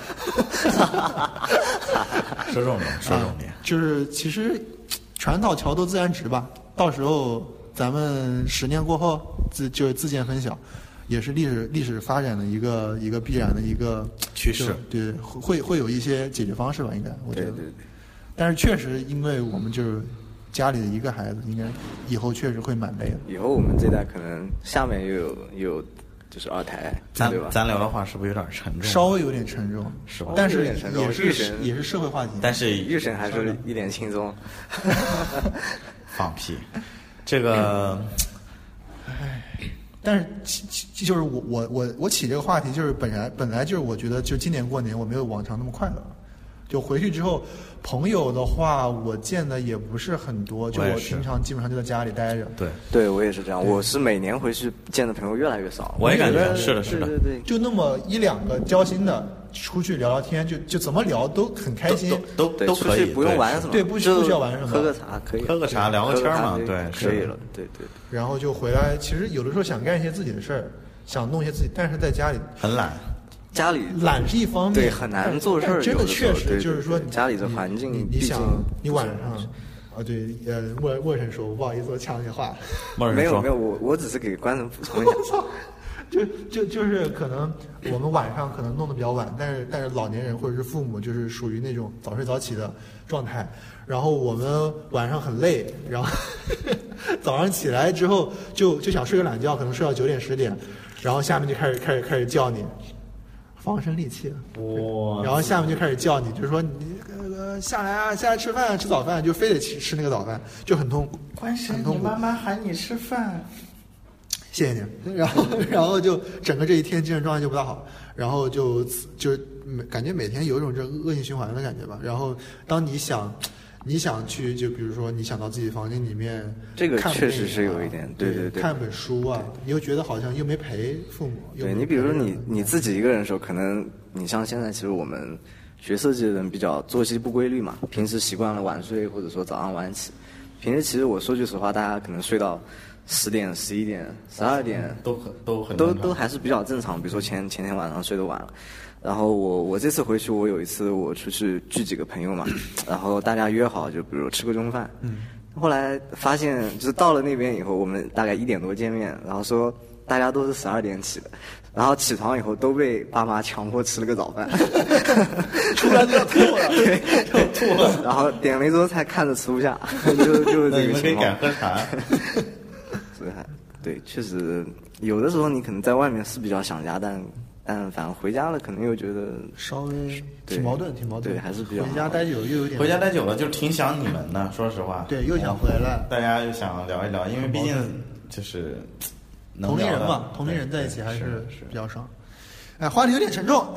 说重点，说重啊点。就是其实船到桥头自然直吧，到时候咱们十年过后自就是自见分晓，也是历史历史发展的一个一个必然的一个趋势就对，会会有一些解决方式吧，应该我觉对得。对对。但是确实，因为我们就是家里的一个孩子，应该以后确实会蛮累的。以后我们这代可能下面又有又有就是二胎，咱对吧？咱聊的话是不是有点沉重？啊稍微有点沉重，是吧但有是点沉重也预是审也是社会话题。但是预审还是一脸轻 <laughs> 松。放屁，这嗯个但是其其其就是我我我我起这个话题，就是本来本来就是我觉得，就今年过年我没有往常那么快乐。就回去之后，朋友的话我见的也不是很多，就我也我是平常基本上就在家里待着。对，对我也是这样，我是每年回去见的朋友越来越少。我也感觉得是的是的对对对，就那么一两个交心的，出去聊聊天，就就怎么聊都很开心。都对都出可去以，不用玩什么，对不需就不需要玩什么喝个茶可以，喝个茶聊个喝天儿咖嘛啡对可以是了，对对。然后就回来，其实有的时候想干一些自己的事儿，想弄一些自己，但是在家里很懒。家里懒是一方面，对很难做事儿但真的有的时确候实就是说对对对你，家里的你环境你毕你竟想你不晚是上啊，对，呃，莫莫晨说，我不好意思，我抢了你话， <laughs> 莫老没师有说没有，我我只是给观众补充一下，就就就是可能我们晚上可能弄得比较晚，但是但是老年人或者是父母就是属于那种早睡早起的状态，然后我们晚上很累，然后 <laughs> 早上起来之后就就想睡个懒觉，可能睡到九点十点，然后下面就开始开始开始叫你，防身利器啊。我然后下面就开始叫你，就说你呃呃下来啊，下来吃饭啊，吃早饭，就非得吃吃那个早饭，就很痛苦，很痛苦。妈喊你吃饭。谢谢你。然后，然后就整个这一天精神状态就不大好，然后就就每感觉每天有一种这恶恶性循环的感觉吧。然后，当你想，你想去，就比如说你想到自己房间里面这个看部确电实影是有啊一点对对对对看本书啊，你又觉得好像又没陪父母，又对没你比如说陪你人你自己一个人的时候，可能你像现在其实我们学设计的人比较作息不规律嘛，平时习惯了晚睡或者说早上晚起，平时其实我说句实话，大家可能睡到十点、十一点、十二点都很都很都正常都还是比较正常。比如说前前天晚上睡得晚了，然后我我这次回去，我有一次我出去聚几个朋 <clears throat> 友嘛，然后大家约好就比如吃个中饭，嗯，后来发现就是到了那边以后，我们大概一点多见面，然后说大家都是十二点起的。然后起床以后都被爸妈强迫吃了个 <laughs> 早饭，出来就要吐了，对， <laughs> 要吐了。然后点了一桌菜，看着吃不 <laughs> 下，就就是那这你个们可以情况改。喝茶。所以还对，确实有的时候你可能在外面是比较想家，但但反正回家了，可能又觉得稍微对挺矛盾，挺矛盾，对还是比较回家待久了又有点回家待久了就挺想你们 <laughs> 的，说实话。对又想回来嗯大家又想聊一聊，因为毕竟就是能同龄聊人的嘛，同龄人在一起对还是是比较爽。哎，话题有点沉重，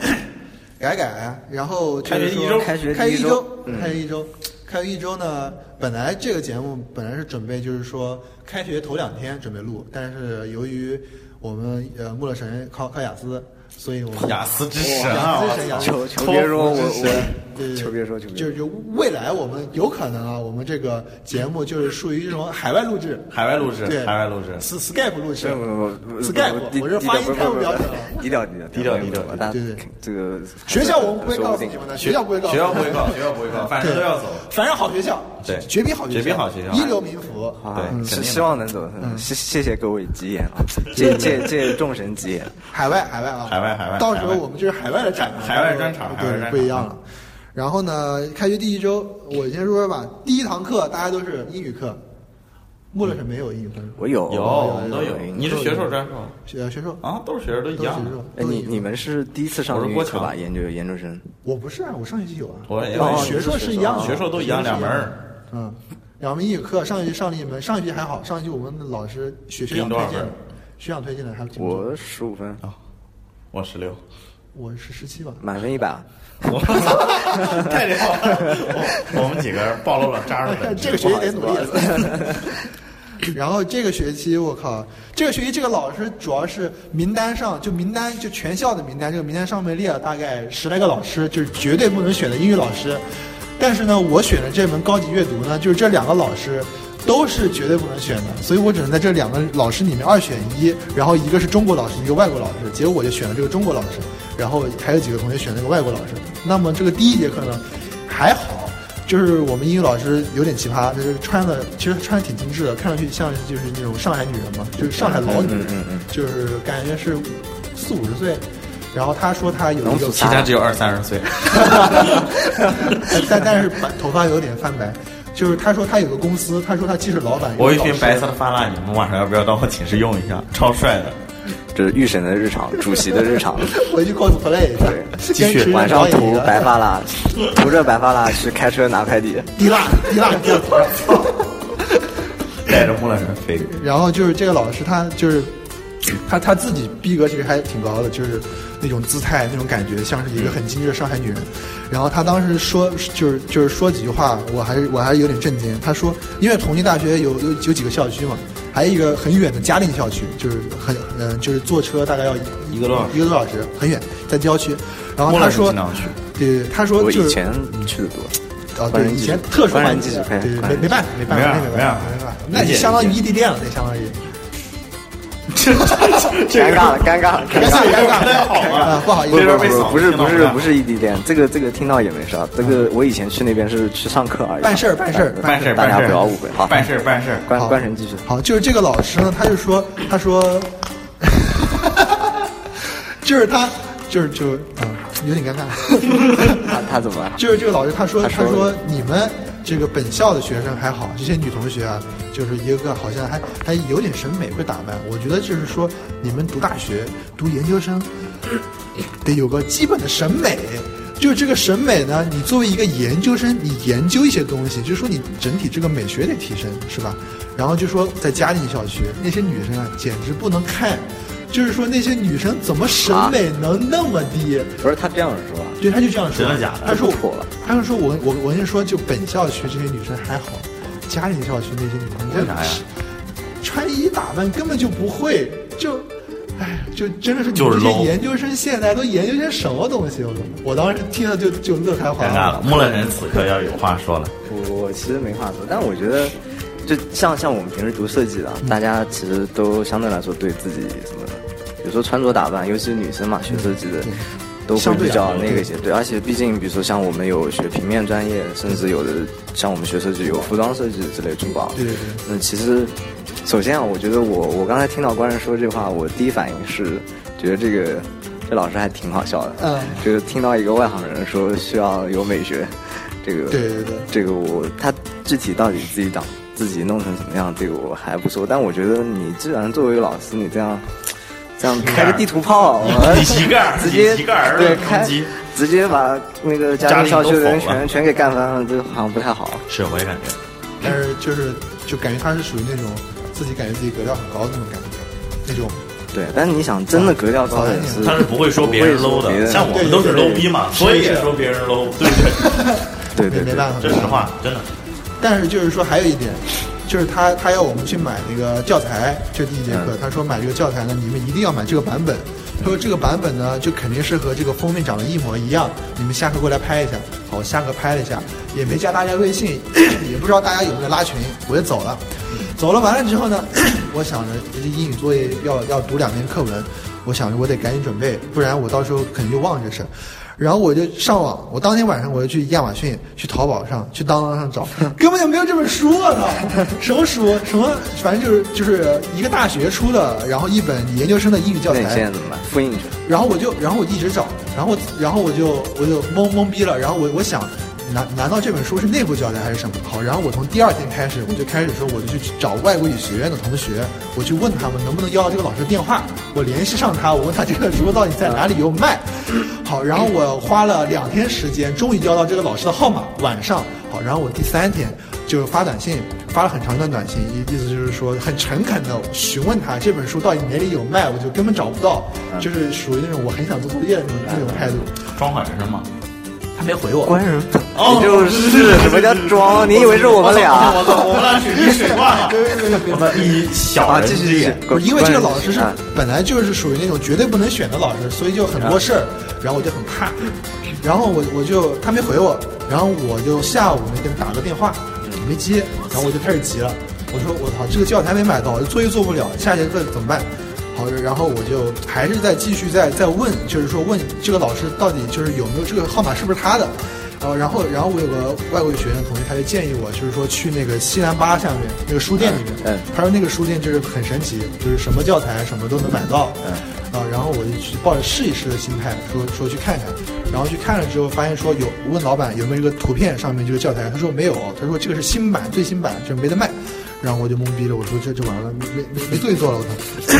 改改。然后就是说开学一周开学一周，嗯开学一周，开学一周呢，本来这个节目本来是准备就是说开学头两天准备录，但是由于我们呃穆勒神靠靠雅思，所以我们雅思之神啊雅思神，雅思求求别说我对我，对求别说求别就说，是就未来我们有可能啊，我们这个节目就是属于这种海外录制，海外录制对，海外录制，S Skype 录制不不不，Skype，低我这发音低太调不不标不准了。不低调低调低调低调不不大家对对这个学校我们不会说告诉定你们的，学校不会告诉学你校们不会告，学校不会 <laughs> 告，反正都要走。反正好学校，对绝逼好学校，绝逼好学校一流名府。啊对肯定是的希望能走，嗯谢谢谢各位吉 <laughs> 言啊，借借借众神吉言，海外，海外啊，海外海外到时候海外我们就是海外的展 <laughs> 览，海外专场海外对，专场不一样了。然后呢，开学第一周，我先说说吧。第一堂课大家都是英语课，穆老师没有英语课，我有有都有，你你是学硕专硕学学授啊，都是学硕都一都是样学。授，哎都是你你们是第一次上我是英语郭课吧？强研究研究生，我不是啊，我上学期有啊，我也对有哦学硕你是是学一硕样的，学硕都一样学硕是两门儿的。嗯，两门英语课，上一期上了一门，上一期还好，上一期我们老师学学你长推多少荐分的，学长推荐的还挺不错。我十五分，哦我 <laughs> 十六，我是十七吧，满分一百，啊我 <laughs> 太厉害了！我我们几个人暴露了渣的本 <laughs> 质。这个学期得努力了。 <laughs> 然后这个学期，我靠，这个学期这个老师主要是名单上就名单就全校的名单，这个名单上面列了大概十来个老师，就是绝对不能选的英语老师。但是呢，我选的这门高级阅读呢，就是这两个老师都是绝对不能选的，所以我只能在这两个老师里面二选一，然后一个是中国老师，一个外国老师，结果我就选了这个中国老师，然后还有几个同学选了个外国老师。那么这个第一节课呢，还好，就是我们英语老师有点奇葩，就是穿的其实穿的挺精致的，看上去像就是那种上海女人嘛，就是上海老女人，就是感觉是四五十岁。然后她说她有一个其他只有二三十岁， <laughs> 但但是白头发有点翻白。就是他说他有个公司，他说他既是老板，我有一也是瓶老师白色的发蜡，你们晚上要不要到我寝室用一下？超帅的，这是御神的日常，主席的日常。回去 cosplay 一下，对，继续跟池晚上上导演一涂个白发蜡，涂着白发蜡去开车拿快递。滴蜡滴蜡滴蜡。带着穆老师飞。然后就是这个老师他就是他他自己逼格其实还挺高的，就是那种姿态那种感觉，像是一个很精致的上海女人。然后他当时说就是就是说几句话，我还是我还是有点震惊。他说，因为同济大学有有有几个校区嘛，还有一个很远的嘉定校区，就是很嗯、就是坐车大概要一个多小时一个多小时，很远，在郊区。然后穆他老师说经，常去，对，他说我就以是前去的多，啊，官对，人以技前术特殊官环人境技术对，可以对官没人没办法，没办法，那哎没办法个没办法没办法，那理就解相当于理异地恋了，那相当于。尴尬了，尴尬了，尴尴尬尬了。尴尬，不太好吧啊，不好意不思这，边被扫不是听到不是没有不是异地恋，这个这个听到也没事啊。这个我以前去那边是去上课而已啊。办事儿办事儿办事儿大办家事儿，不要误会。好，办事儿办事儿。关好关神继续。好，就是这个老师呢，他就说，他说， <laughs> 就是他，就是就是，啊，有点尴尬。他他怎么了？就是这个老师他说他他说说你们这个本校的学生还好，这些女同学啊，就是一个个好像还还有点审美会打扮。我觉得就是说你们读大学、读研究生，得有个基本的审美。就是这个审美呢，你作为一个研究生，你研究一些东西，就是说你整体这个美学得提升，是吧？然后就说在嘉定校区那些女生啊，简直不能看，就是说那些女生怎么审啊美能那么低？不是他这样说啊吧？对，他就这样说，真的假的他说就破了，他就说我我我跟你说，就本校区这些女生还好，嘉陵校区那些女生真为的啥呀是穿衣打扮根本就不会，就，哎，就真的是你就们是这些 low 研究生现在都研究些什么东西？我我当时听了就就乐开花尴尬了，穆老人此刻要有话说了。我我其实没话说，但我觉得，就像像我们平时读设计的啊，嗯大家其实都相对来说对自己什么，比如说穿着打扮，尤其是女生嘛，学设计的。都会嗯相对比较来说那个一些，对，而且毕竟比如说像我们有学平面专业，甚至有的像我们学设计有服装设计之类珠宝，对对对那其实，首先啊，我觉得我我刚才听到官人说这话，我第一反应是觉得这个这老师还挺好笑的，嗯就是听到一个外行人说需要有美学，这个对对对这个我他具体到底自己当自己弄成什么样，这个我还不说。但我觉得你既然作为老师，你这样这样开个地图炮，一膝盖儿直接一膝盖儿对攻开击直接把那个家家庭里校区的人都否了全全给干翻了，这好像不太好。是，我也感觉。但是就是就感觉她是属于那种自己感觉自己格调很高的那种感觉，那种对，但是你想，真的格调高的也是，他是不会说别人 low 的，像我们都是 low 逼嘛，所以也说别人 low，对不对？对对没对没，办法，这实话，真的。但是就是说还有一点，就是他他要我们去买那个教材，就第一节课，他说买这个教材呢，你们一定要买这个版本。他说这个版本呢，就肯定是和这个封面长得一模一样，你们下课过来拍一下。好，我下课拍了一下，也没加大家微信， <coughs> 也不知道大家有没有拉群，我就走了。走了完了之后呢，我想着这英语作业要要读两篇课文，我想着我得赶紧准备，不然我到时候肯定就忘这事儿。然后我就上网，我当天晚上我就去亚马逊、去淘宝上、去当当上找，根本就没有这本书啊！什么书？什么？反正就是就是一个大学出的，然后一本研究生的英语教那你现材在。怎么办？复印去。然后我就，然后我一直找，然后我，然后我就，我就懵懵逼了。然后我，我想，难难道这本书是内部教材还是什么？好，然后我从第二天开始，我就开始说，我就去找外国语学院的同学，我去问他们能不能要到这个老师电话，我联系上他，我问他这个书到底在哪里有卖。 <laughs> 好，然后我花了两天时间，终于要到这个老师的号码。晚上，好，然后我第三天就是发短信。发了很长一段短信，意意思就是说很诚恳的询问他这本书到底哪里有卖，我就根本找不到，就是属于那种我很想做作业的那种那种态度。装款是吗？他没回我，官人，你就是什么叫装？你以为是我们俩？我操，我们俩水泥水挂了。我操，你小啊，人继续继续，不是因为这个老师是啊本来就是属于那种绝对不能选的老师，所以就很多事儿，然后我就很怕，然后我我就他没回我，然后我就下午那天打个电话没接，然后我就开始急了，我说我操，这个教材没买到，作业做不了，下节课怎么办？好，然后我就还是在继续在在问，就是说问这个老师到底就是有没有这个号码是不是他的？呃，然后然后我有个外国语学院的同学，他就建议我，就是说去那个西南八下面那个书店里面，嗯他说那个书店就是很神奇，就是什么教材什么都能买到，嗯啊，然后我就去抱着试一试的心态，说说去看看，然后去看了之后发现说有问老板有没有一个图片上面这个教材，他说没有，他说这个是新版最新版，就是没得卖，然后我就懵逼了，我说这这完了，没没没没对做了，我操！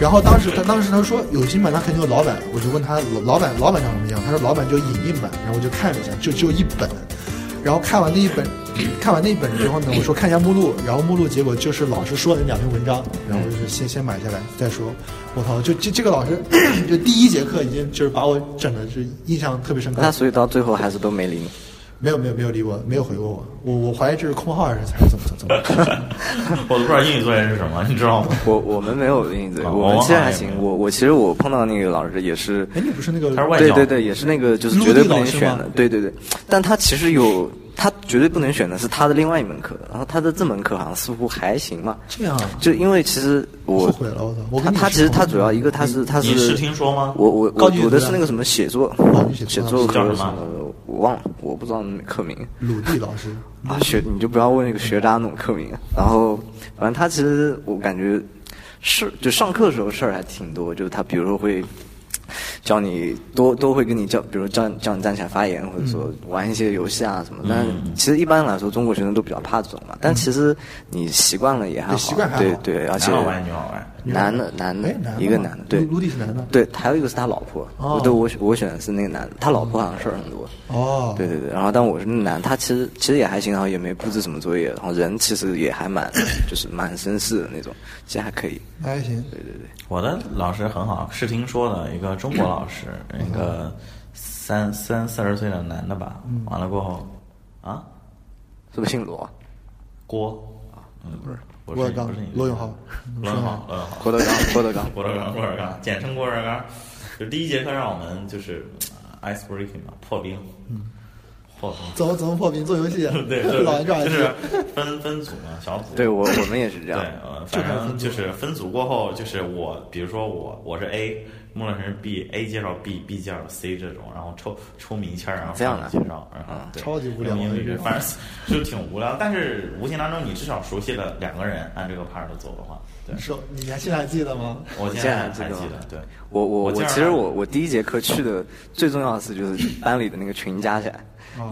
然后当时他当时他说有新版，他肯定有老版，我就问他老老版老版长什么样，他说老版就影印版，然后我就看了一下，就只有一本，然后看完那一本，看完那一本之后呢，我说看一下目录，然后目录结果就是老师说的那两篇文章，然后我就是先先买下来再说。我操，就这这个老师，就第一节课已经就是把我整的是印象特别深刻。那所以到最后还是都没理你。没有没有没有理我，没有回过我，我我怀疑这是空号还是还是怎么怎么怎么。我都不知道英语作业是什么，你知道吗？哦我我们没有印对，哦我们其实还我们好像也行。没有我我其实我碰到那个老师也是，哎，你不是那个他是外对教对对，也是那个就是绝对不能选陆的地老师吗，对对对。但他其实有他绝对不能选的是他的另外一门课，然后他的这门课好像似乎还行嘛。这样啊就因为其实我后悔了我操我跟他你他是其实同他主要一个他是他你是是听说吗我我高我级我的的是那个什么写作哦你写写作作叫课什么什么的，我忘了，我不知道那课名。鲁地老师，啊，学你就不要问那个学渣那种课名。然后，反正他其实我感觉是就上课的时候事儿还挺多，就是他比如说会教你多多会跟你叫，比如叫叫你站起来发言，或者嗯说玩一些游戏啊什么。但其实一般来说，中国学生都比较怕这种嘛。但其实你习惯了也还对好，习惯还好对对，啊而且男好玩女好玩，男的男的哎男的一个吗男的，对，陆陆地是男的对，还有一个是他老婆，哦我对我选我选的是那个男的，他老婆好像事儿很多，哦对对对，然后但我是那男，他其实其实也还行，然后也没布置什么作业，然后人其实也还蛮就是蛮绅士的那种，其实还可以，那还行。我的老师很好，是听说的一个中国老师，一个三三四十岁的男的吧。嗯完了过后，啊，是不是姓罗？郭，嗯，不是，不郭是德纲不是你罗永浩罗永浩，罗永浩，郭德纲，郭德纲，郭德纲，郭德纲，简称郭德纲。就第一节课让我们就是呃 ice breaking 嘛，破冰，破冰，怎么怎么破冰做游戏啊？ <laughs> 对， <laughs> 就是嗯老人转就是分分组嘛，小组，对啊我我们也是这样对，，呃，反正就是分组过后，就是我，比如说我我是 A，穆老师是 B，A 介绍 B，B 介绍 C 这种，然后抽抽名签儿，然后这样的嗯介绍，然后对超级无聊用英这语，种反正就挺无聊。但是无形当中，你至少熟悉了两个人，按这个 part 走的话，对你，说你还现在还记得吗？我你现现在在还还记记得得吗，对，我我这我样其实我我第一节课去的最重要的是就是班里的那个群加起来，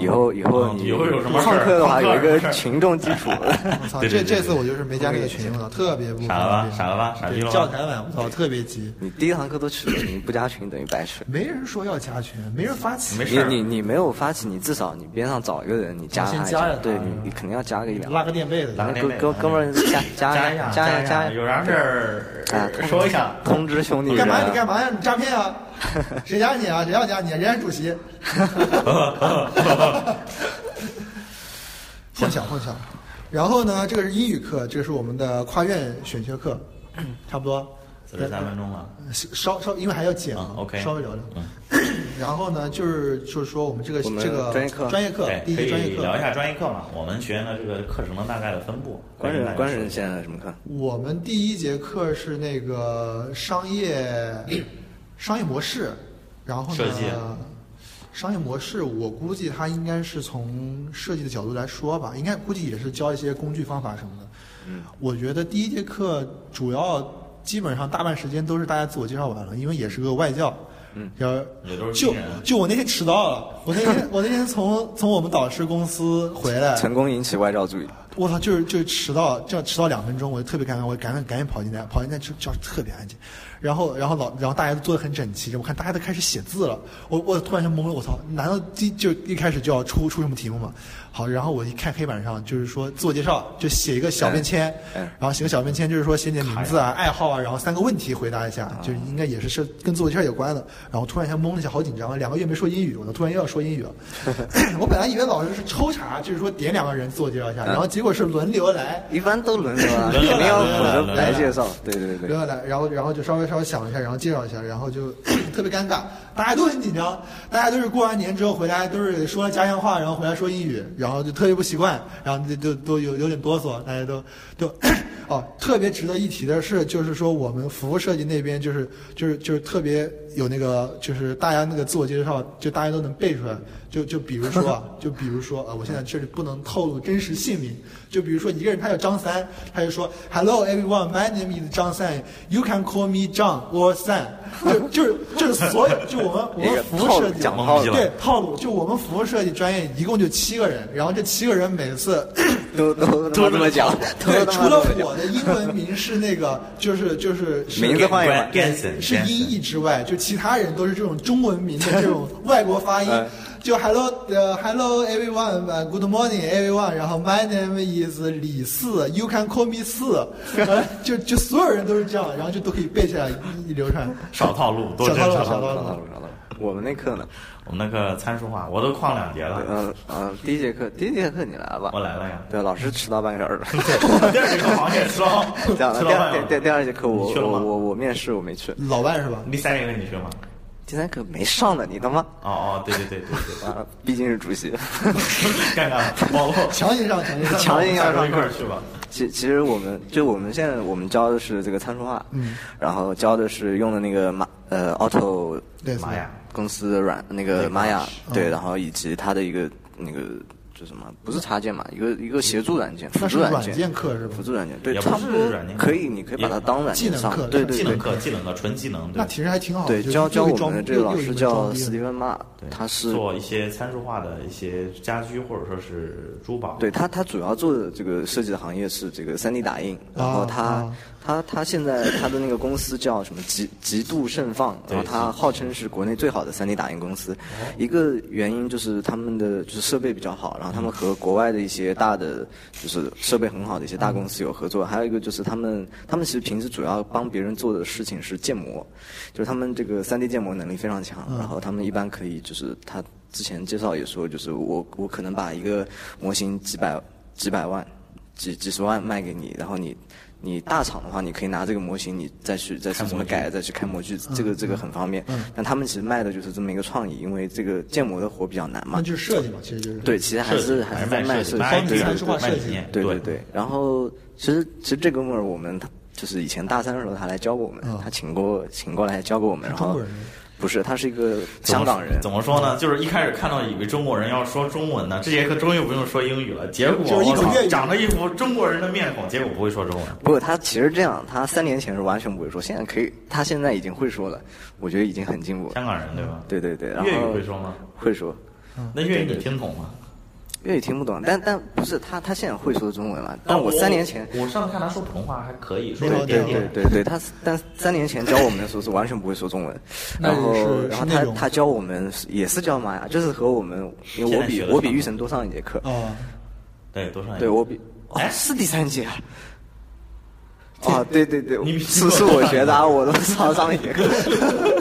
以后以后嗯你以后有什么事儿上课的话上课有一个有什么事儿群众基础。我操，对对这对这对次我就是没加这个群，我操，特别不傻了吧方便傻了吧傻逼了对吧教材版，我操，特别急，你第一堂课都去了，你不加群等于白吃。没人说要加群，没人发起，没你事儿，你你没有发起，你至少你边上找一个人，你加先他一加着下他，对你你肯定要加个一两个。拉个垫背的，拉个哥垫背哥哥们儿加 <laughs> 加加一一下下一一下，下，有啥事儿啊呃说 <laughs> 一下。通知兄弟你们。干啊嘛呀？你干嘛呀？你诈骗 <laughs> 啊？谁加你啊？谁要加你啊？人家是主席。混淆混淆。然后呢，这个是英语课，这个是我们的跨院选修课，嗯差不多。四十三分钟了，稍稍，因为还要剪嘛嗯，OK 稍微聊聊。然后呢，就是就是说我们这个我们这个专业课专业课对，第一可个专业以聊一课，下专业课嘛？我们学院的这个课程的大概的分布，关可以跟大人家关说一人下现在什么课？我们第一节课是那个商业商业模式，然后设计呢，商业模式我估计它应该是从设计的角度来说吧，应该估计也是教一些工具方法什么的。嗯，我觉得第一节课主要基本上大半时间都是大家自我介绍完了，因为也是个外教。嗯，也都是就新人就我那天迟到了，我那天我那天从从我们导师公司回来， <laughs> 成功引起外教注意。我操，就是就是迟到，这样迟到两分钟，我就特别尴尬，我赶紧赶紧跑进来，跑进来就教室特别安静，然后然后老然后大家都坐得很整齐，我看大家都开始写字了，我我突然间懵了，我操，难道第就一开始就要出出什么题目吗？好，然后我一看黑板上就是说自我介绍，就写一个小便签，嗯嗯然后写个小便签就是说写点名字啊、爱好啊，然后三个问题回答一下，就是应该也是是跟自我介绍有关的。然后突然一下懵了一下，好紧张，两个月没说英语，我突然又要说英语了。我本来以为老师是抽查，就是说点两个人自我介绍一下，然后结果是轮流来。一般都轮流啊，轮肯流来定要轮混流来着轮流来来介绍。对对对留下来，然后然后就稍微稍微想了一下，然后介绍一下，然后就 <coughs> 特别尴尬，大家都很紧张，大家都是过完年之后回来都是说家乡话，然后回来说英语，然后就特别不习惯，然后就就都有有点哆嗦，大家都都 <coughs> 哦，特别值得一提的是，就是说我们服务设计那边就是就是就是特别有那个就是大家那个自我介绍，就大家都能背出来，就就比如说啊，就比如说啊，我现在这里不能透露真实姓名，就比如说一个人他叫张三，他就说 Hello everyone, my name is 张三，you can call me John or San，就就是就是所有就我们我一个们服务套路设计讲套路对套路，就我们服务设计专业一共就七个人，然后这七个人每 <coughs> 次。都都都这么讲，都对，他除妈了这么讲我的英文名是那个，就是就是是名字换一换 Ganson 是音译之外，就其他人都是这种中文名的这种外国发音嗯。就 hello 呃 hello everyone 呃 good morning everyone，然后 my name is 李四，you can call me 四，呃就就所有人都是这样，然后就都可以背下来一一流传。少套路，多少真套路少少套套路。路 <laughs> 找到了，找到了。我们那课呢？我们那个参数化，我都旷两节了，嗯嗯，第一节课，第一节课你来吧我。来了呀。对，老师迟到半个小时了。第二节课好像 <laughs> 也吃了，这样的，吃第了饭二了。第第第二节课我你去了我吗？我我面试我没去，老外是吧？第三节课你去吗？第三课没上呢，你他妈哦哦，对对对对对， <laughs> 啊，毕竟是主席。干干网络，强行上，强行上。 <laughs> 强硬要下周上一块儿去吧。其其实我们就我们现在我们教的是这个参数化，嗯，然后教的是用的那个马呃 Auto 对，妈呀，公司的软那个玛雅，对，嗯然后以及它的一个那个就什么不是插件嘛，一个一个协助软件，那辅是助软软件课是吧辅助软件对，也不是差多软件课可以，你可以把它当软技件能上课，对技对能对。课，技能课，纯技能，对那，其实还挺好的。对，就是教教又一我装们的这又个又老一师门叫装逼斯蒂芬·马，他是做一些参数化的一些家居或者说是珠啊宝，对他，他主要做的这个设计的行业是这个 3D 打印，然后他、啊他他现在他的那个公司叫什么极极度盛放，然后他号称是国内最好的 3D 打印公司。一个原因就是他们的就是设备比较好，然后他们和国外的一些大的就是设备很好的一些大公司有合作，还有一个就是他们他们其实平时主要帮别人做的事情是建模，就是他们这个 3D 建模能力非常强，然后他们一般可以就是他。之前介绍也说，就是我我可能把一个模型几百几百万、几几十万卖给你，然后你你大厂的话，你可以拿这个模型，你再去再去怎么改，再去开模具，嗯这个这个很方便。但他们其实卖的就是这么一个创意，因为这个建模的活比较难那嘛。就是设计嘛，其实就是对，其实还设计是还还是是在卖卖设计设计，，卖对理对念卖理念，对对对对。然后其实其实这哥们儿我们他就是以前大三的时候他来教过我们，嗯他请过请过来教过我们，然中后国人吗不是他是一个怎香么港人，怎么说呢？就是一开始看到以为中国人要说中文呢，这节课终于不用说英语了。结果就是一口我操粤语长着一副中国人的面孔，结果不会说中文。不过他其实这样，他三年前是完全不会说，现在可以，他现在已经会说了，我觉得已经很进步了。香港人对吧？对对对，然后嗯粤语会说吗？会说，那粤语你听懂吗？粤语听不懂，但但不是他，他现在会说中文了。但我三年前，我上次看他说普通话还可以，说没了有一点没有点。对对，他但三年前教我们的时候是完全不会说中文，那然后是是然后那他种他教我们是也是教玛雅，就是和我们，因为现我在比学的我比差不玉多成多上一节课，啊，对，多上一对个我比哦哎是第三节啊。啊，对对对，你比是是我学的啊，我都上上一节课。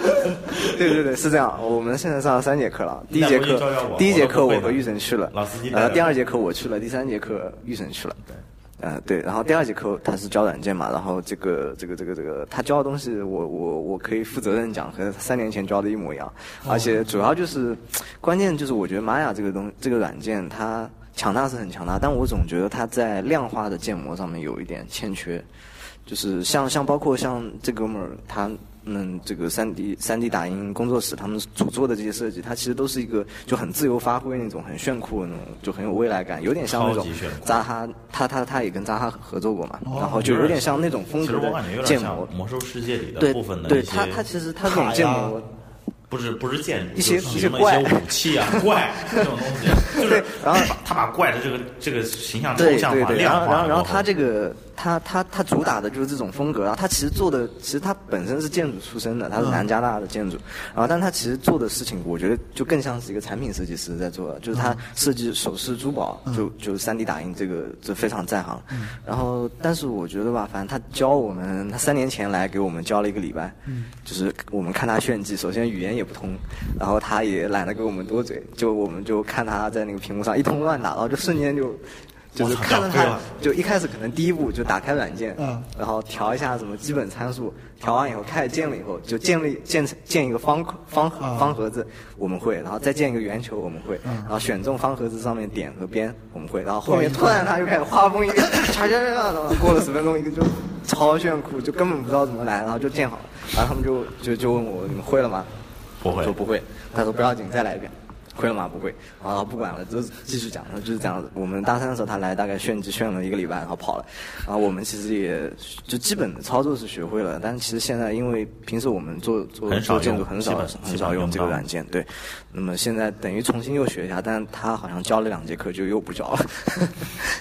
<laughs> 对对对，是这样。我们现在上了三节课了，第一节那课我就教教我第一节课我都不会我的和玉成去了，老司机带然后着第二节课我去了，第三节课玉成去了。对。呃，对，然后第二节课他是教软件嘛，然后这个这个这个这个他教的东西我，我我可以负责任讲，和三年前教的一模一样，哦而且主要就是，关键就是我觉得玛雅这个东这个软件它强大是很强大，但我总觉得它在量化的建模上面有一点欠缺，就是像像包括像这哥们儿他们这个三 D 三 D 打印工作室他们主做的这些设计，它其实都是一个就很自由发挥那种很炫酷的那种，就很有未来感，有点像那种超级炫酷哦扎哈，他他他也跟扎哈合作过嘛，然后就有点像那种风其实格我的感觉有点建像模。《魔兽世界》里的对部分的对，一些他他其实他这种建模，不是不是建筑，一些就是一使些用的怪一些武 <laughs> 器啊、怪这种东西，就是对然后他把他把怪的这个这个形象抽对象对化、对，然后量然化后了然后过他这个他他他主打的就是这种风格，然后他其实做的其实他本身是建筑出身的，他是嗯南加大的建筑，然后但他其实做的事情，我觉得就更像是一个产品设计师在做的，就是嗯他设计首饰、珠宝，就就三 D 打印这个这非常在行。嗯然后但是我觉得吧，反正他教我们，他三年前来给我们教了一个礼拜，嗯就是我们看他炫技，首先语言也不通，然后他也懒得跟我们多嘴，就我们就看他在那个屏幕上一通乱打，然后就瞬间就。就是我操看到长飞它了，就一开始可能第一步就打开软件，嗯然后调一下什么基本参数，调完以后开始建了以后，就建立建建一个方方嗯啊方盒子，我们会，然后再建一个圆球，我们会，然后选中方盒子上面点和边，我们会，然后后面突然它就开始画风一个，唰唰唰，然后过了十分钟一个就超炫酷，就根本不知道怎么来，然后就建好了，然后他们就就就问我你们会了吗？不会说不会，他说不要紧，再来一遍。会了吗？不会，然后不管了，就是继续讲，就是这样子。我们大三的时候，他来大概炫技炫了一个礼拜，然后跑了。然后我们其实也就基本的操作是学会了，但是其实现在因为平时我们做做很少做建筑用很基少本很基少本用用这个到软件，对。那么现在等于重新又学一下，但他好像教了两节课就又不教了， <laughs>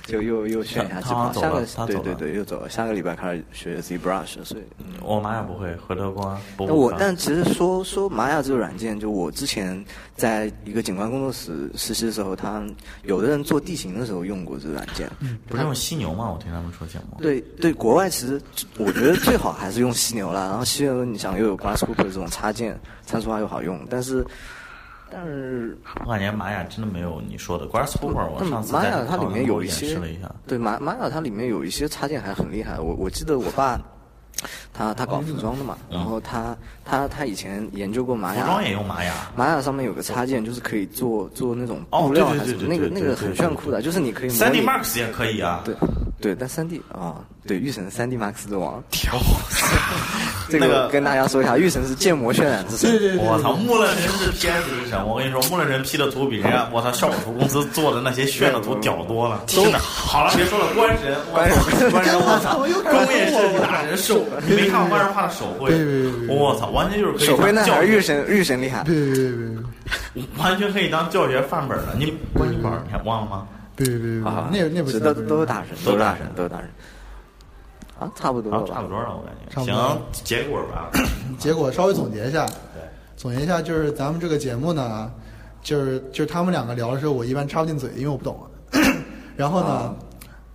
就又又炫一下他技他巧。走下了个他对走对了对，又走了。下个礼拜开始学 ZBrush，所以嗯我妈也不会，回头光补那补我课但其实说说玛雅这个软件，就我之前在一个景观工作室实习的时候，他有的人做地形的时候用过这个软件。不是用犀牛吗？我听他们说节目。对对，国外其实我觉得最好还是用犀牛啦。然后犀牛你想又有 Grasshopper 这种插件，参数化又好用，但是但是我感觉玛雅真的没有你说的 Grasshopper，我上但次玛在雅它里面有一演些示了一下，，对玛玛雅它里面有一些插件还很厉害。我我记得我爸，他他搞服装的嘛，然后他他他以前研究过玛嗯服雅，装也用玛雅。玛雅上面有个插件，就是可以做做那种哦布料对对还是什么，对那对个对那个很对对炫酷的，就是你可以模拟 3D Max 也可以啊。对对，但三 D 啊，对，玉神三 D Max 之王，调。 <laughs> 这那个个我跟大家说一下，玉神是建模渲染之神，对对我操，木乐人是天使之神。我跟你说，木乐人 P 的图比人家我操效果图公司做的那些炫的图屌多了。真的，好了，别说了，官神，我操，官神，我操，工业设计大神手，你没看过官神画的手绘？我操，完全就是可以手绘那当还教是育玉神玉神厉害，别别别别完全可以当教学范本了。你关你本儿，你还忘了吗？别别别，啊，那那不是行，都都是大神，都都是是大大神神，都是大神，啊，差不多然了后差不吧，多了，我感觉。差不多行，结果吧。结果稍微总结一下，总结一下就是咱们这个节目呢，就是就是他们两个聊的时候，我一般插不进嘴，因为我不 <coughs> 懂。啊然后啊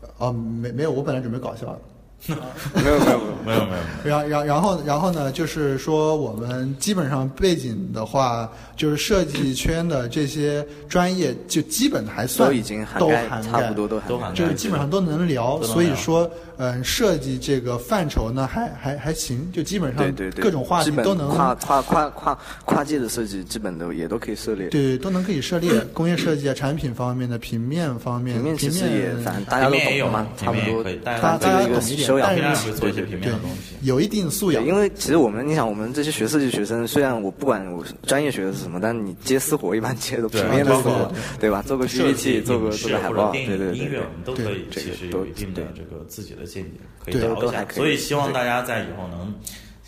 呢，哦，没没有，我本来准备搞笑的。没有没有没有。没有没有没有。然然然后然后呢，就是说我们基本上背景的话，就是设计圈的这些专业，就基本还算都已经涵都盖涵，差不多都都涵涵盖。就是基本上都能聊，能聊所以说，嗯，设计这个范畴呢，还还还行，就基本对上对对，各种话基题本都能跨跨跨跨跨界的设计，基本都也都可以涉猎。对，都能可以涉猎工业设计啊、产品方面的、平面方面、平面其实也反正大家都平面也有懂嘛，差不平面也多可以，大家反正大这家个一个懂一点修养但平是呢问题面会做一些平面对的东西，。有一定素对，养。因为其实我们，你想，我们这些学设计学生，虽然我不管我专业学的是什么，但你接私活一般接的平面的包私括活，对吧？做个设计 PPT，做个做个海或报，者电对对影、对音乐，我们对，都可以，这个其实都有一定的对这个自己的见解，可以对聊都一下还。可以所以希望大家在以后能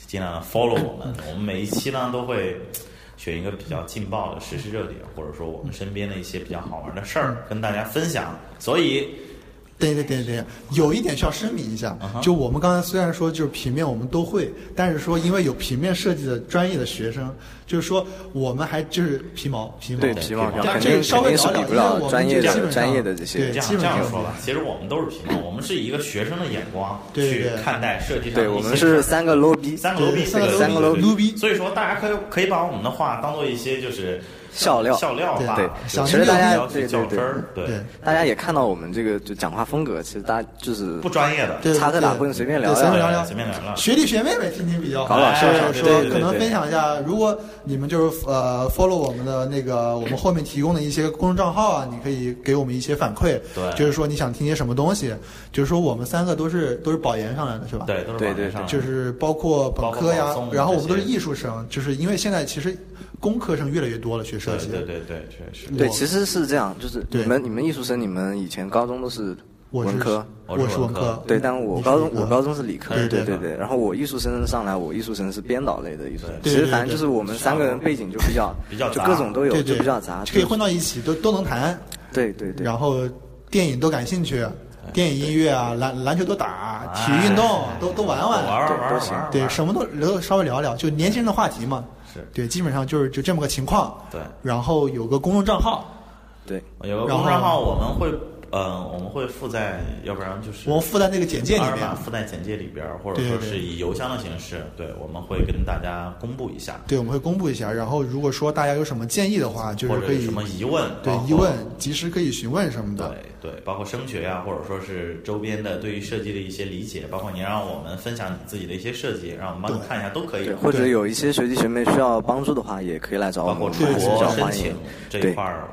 尽量 follow 我们，我们每一期呢都会。选一个比较劲爆的时事热点，或者说我们身边的一些比较好玩的事嗯儿，跟大家分享。所以对对对对，有一点需要声明一下，就我们刚才虽然说就是平面我们都会，但是说因为有平面设计的专业的学生，就是说我们还就是皮毛皮毛对对皮毛皮毛肯这定个稍肯微定聊是聊比不因为我了们专这业基的本上专业的这些对这样基这本上样说吧，其实我们都是皮毛，我们是以一个学生的眼光对去对看待设计上的对一我些们事儿是三个 low 逼，三个 low 对逼，三个对 lobby 三个 lobby 撸逼所以说，大家可以可以把我们的话当做一些就是笑料笑料吧，对就想是听就不要听去较真儿，对对，大家也看到我们这个就讲话风格，其实大家就是不专业的，对插科打诨对随便聊对随聊便聊聊，随便聊聊学弟学妹们听听比较好。搞搞笑笑哎说对对对可能对分享一下，如果你们就是呃 follow 我们的那个我们后面提供的一些公众账号啊，你可以给我们一些反馈，对就是说你想听些什么东西，就是说我们三个都是都是保研上来的是吧？对，都是对网对站上的就是包括本科包括保呀送，然后我们这都些是艺术生，就是因为现在其实工科生越来越多了，学设对计。对对对，确实，对，我其实是这样，就是对你们你们艺术生，你们以前高中都是我是文科，我是我是文文科科，对，但我你高是中理科我高中是理科，嗯对对对对对。然后我艺术生上来，我艺术生是编导类的艺术生，对其对实反正对就是我们三个人背景就比 <laughs> 较比较就杂各种都有，对就对比较杂，可以混到一起，都都能谈。对对对。然后电影都感兴趣，啊哎电影音乐啊，篮篮球都打，体育运动啊都都玩玩玩。玩对玩都玩行玩，对，什么都聊，稍微聊聊，就年轻人的话题嘛。是对，基本上就是就这么个情况。对然后有个公众账号，对有个公众号，我们会呃，我们会附在，要不然就是我们附在那个简介里二维面码附在简介里边儿，或者对说对是以邮箱的形式，对，我们会跟大家公布一下，对，我们会公布一下。然后如果说大家有什么建议的话，就或是者可有以什么疑问，对包括疑问，及时可以询问什么的。对对，包括升学啊，或者说是周边的对于设计的一些理解，包括你让我们分享你自己的一些设计，让我们帮你对看一下都可以对，。或者有一些学弟学妹需要帮助的话，也可以来找我包们，括我出们还是比较国申欢迎请。这一对块，儿，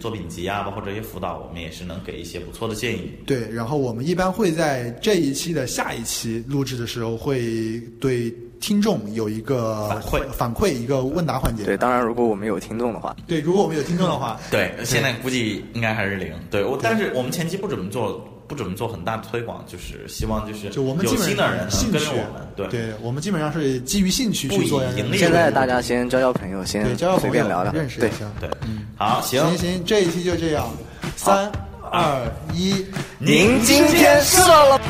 作品集啊，包括这些辅导，我们也是能给一些不错的建议。对，然后我们一般会在这一期的下一期录制的时候，会对听众有一个反馈反馈一个问答环节。对，当然如果我们有听众的话，对，如果我们有听众的话，对，现在估计应该还是零。对我，但是我们前期不准备做，不准备做很大的推广，就是希望就是就我们基有本心上的人能兴跟趣着我们，，对我们基本上是基于兴趣不去以做这盈样利的。现在大家先交交朋友，对，先交交随朋便友，聊聊，认识对一，下。对，好，行，嗯行行，这一期就这样，三二一。您今天射了。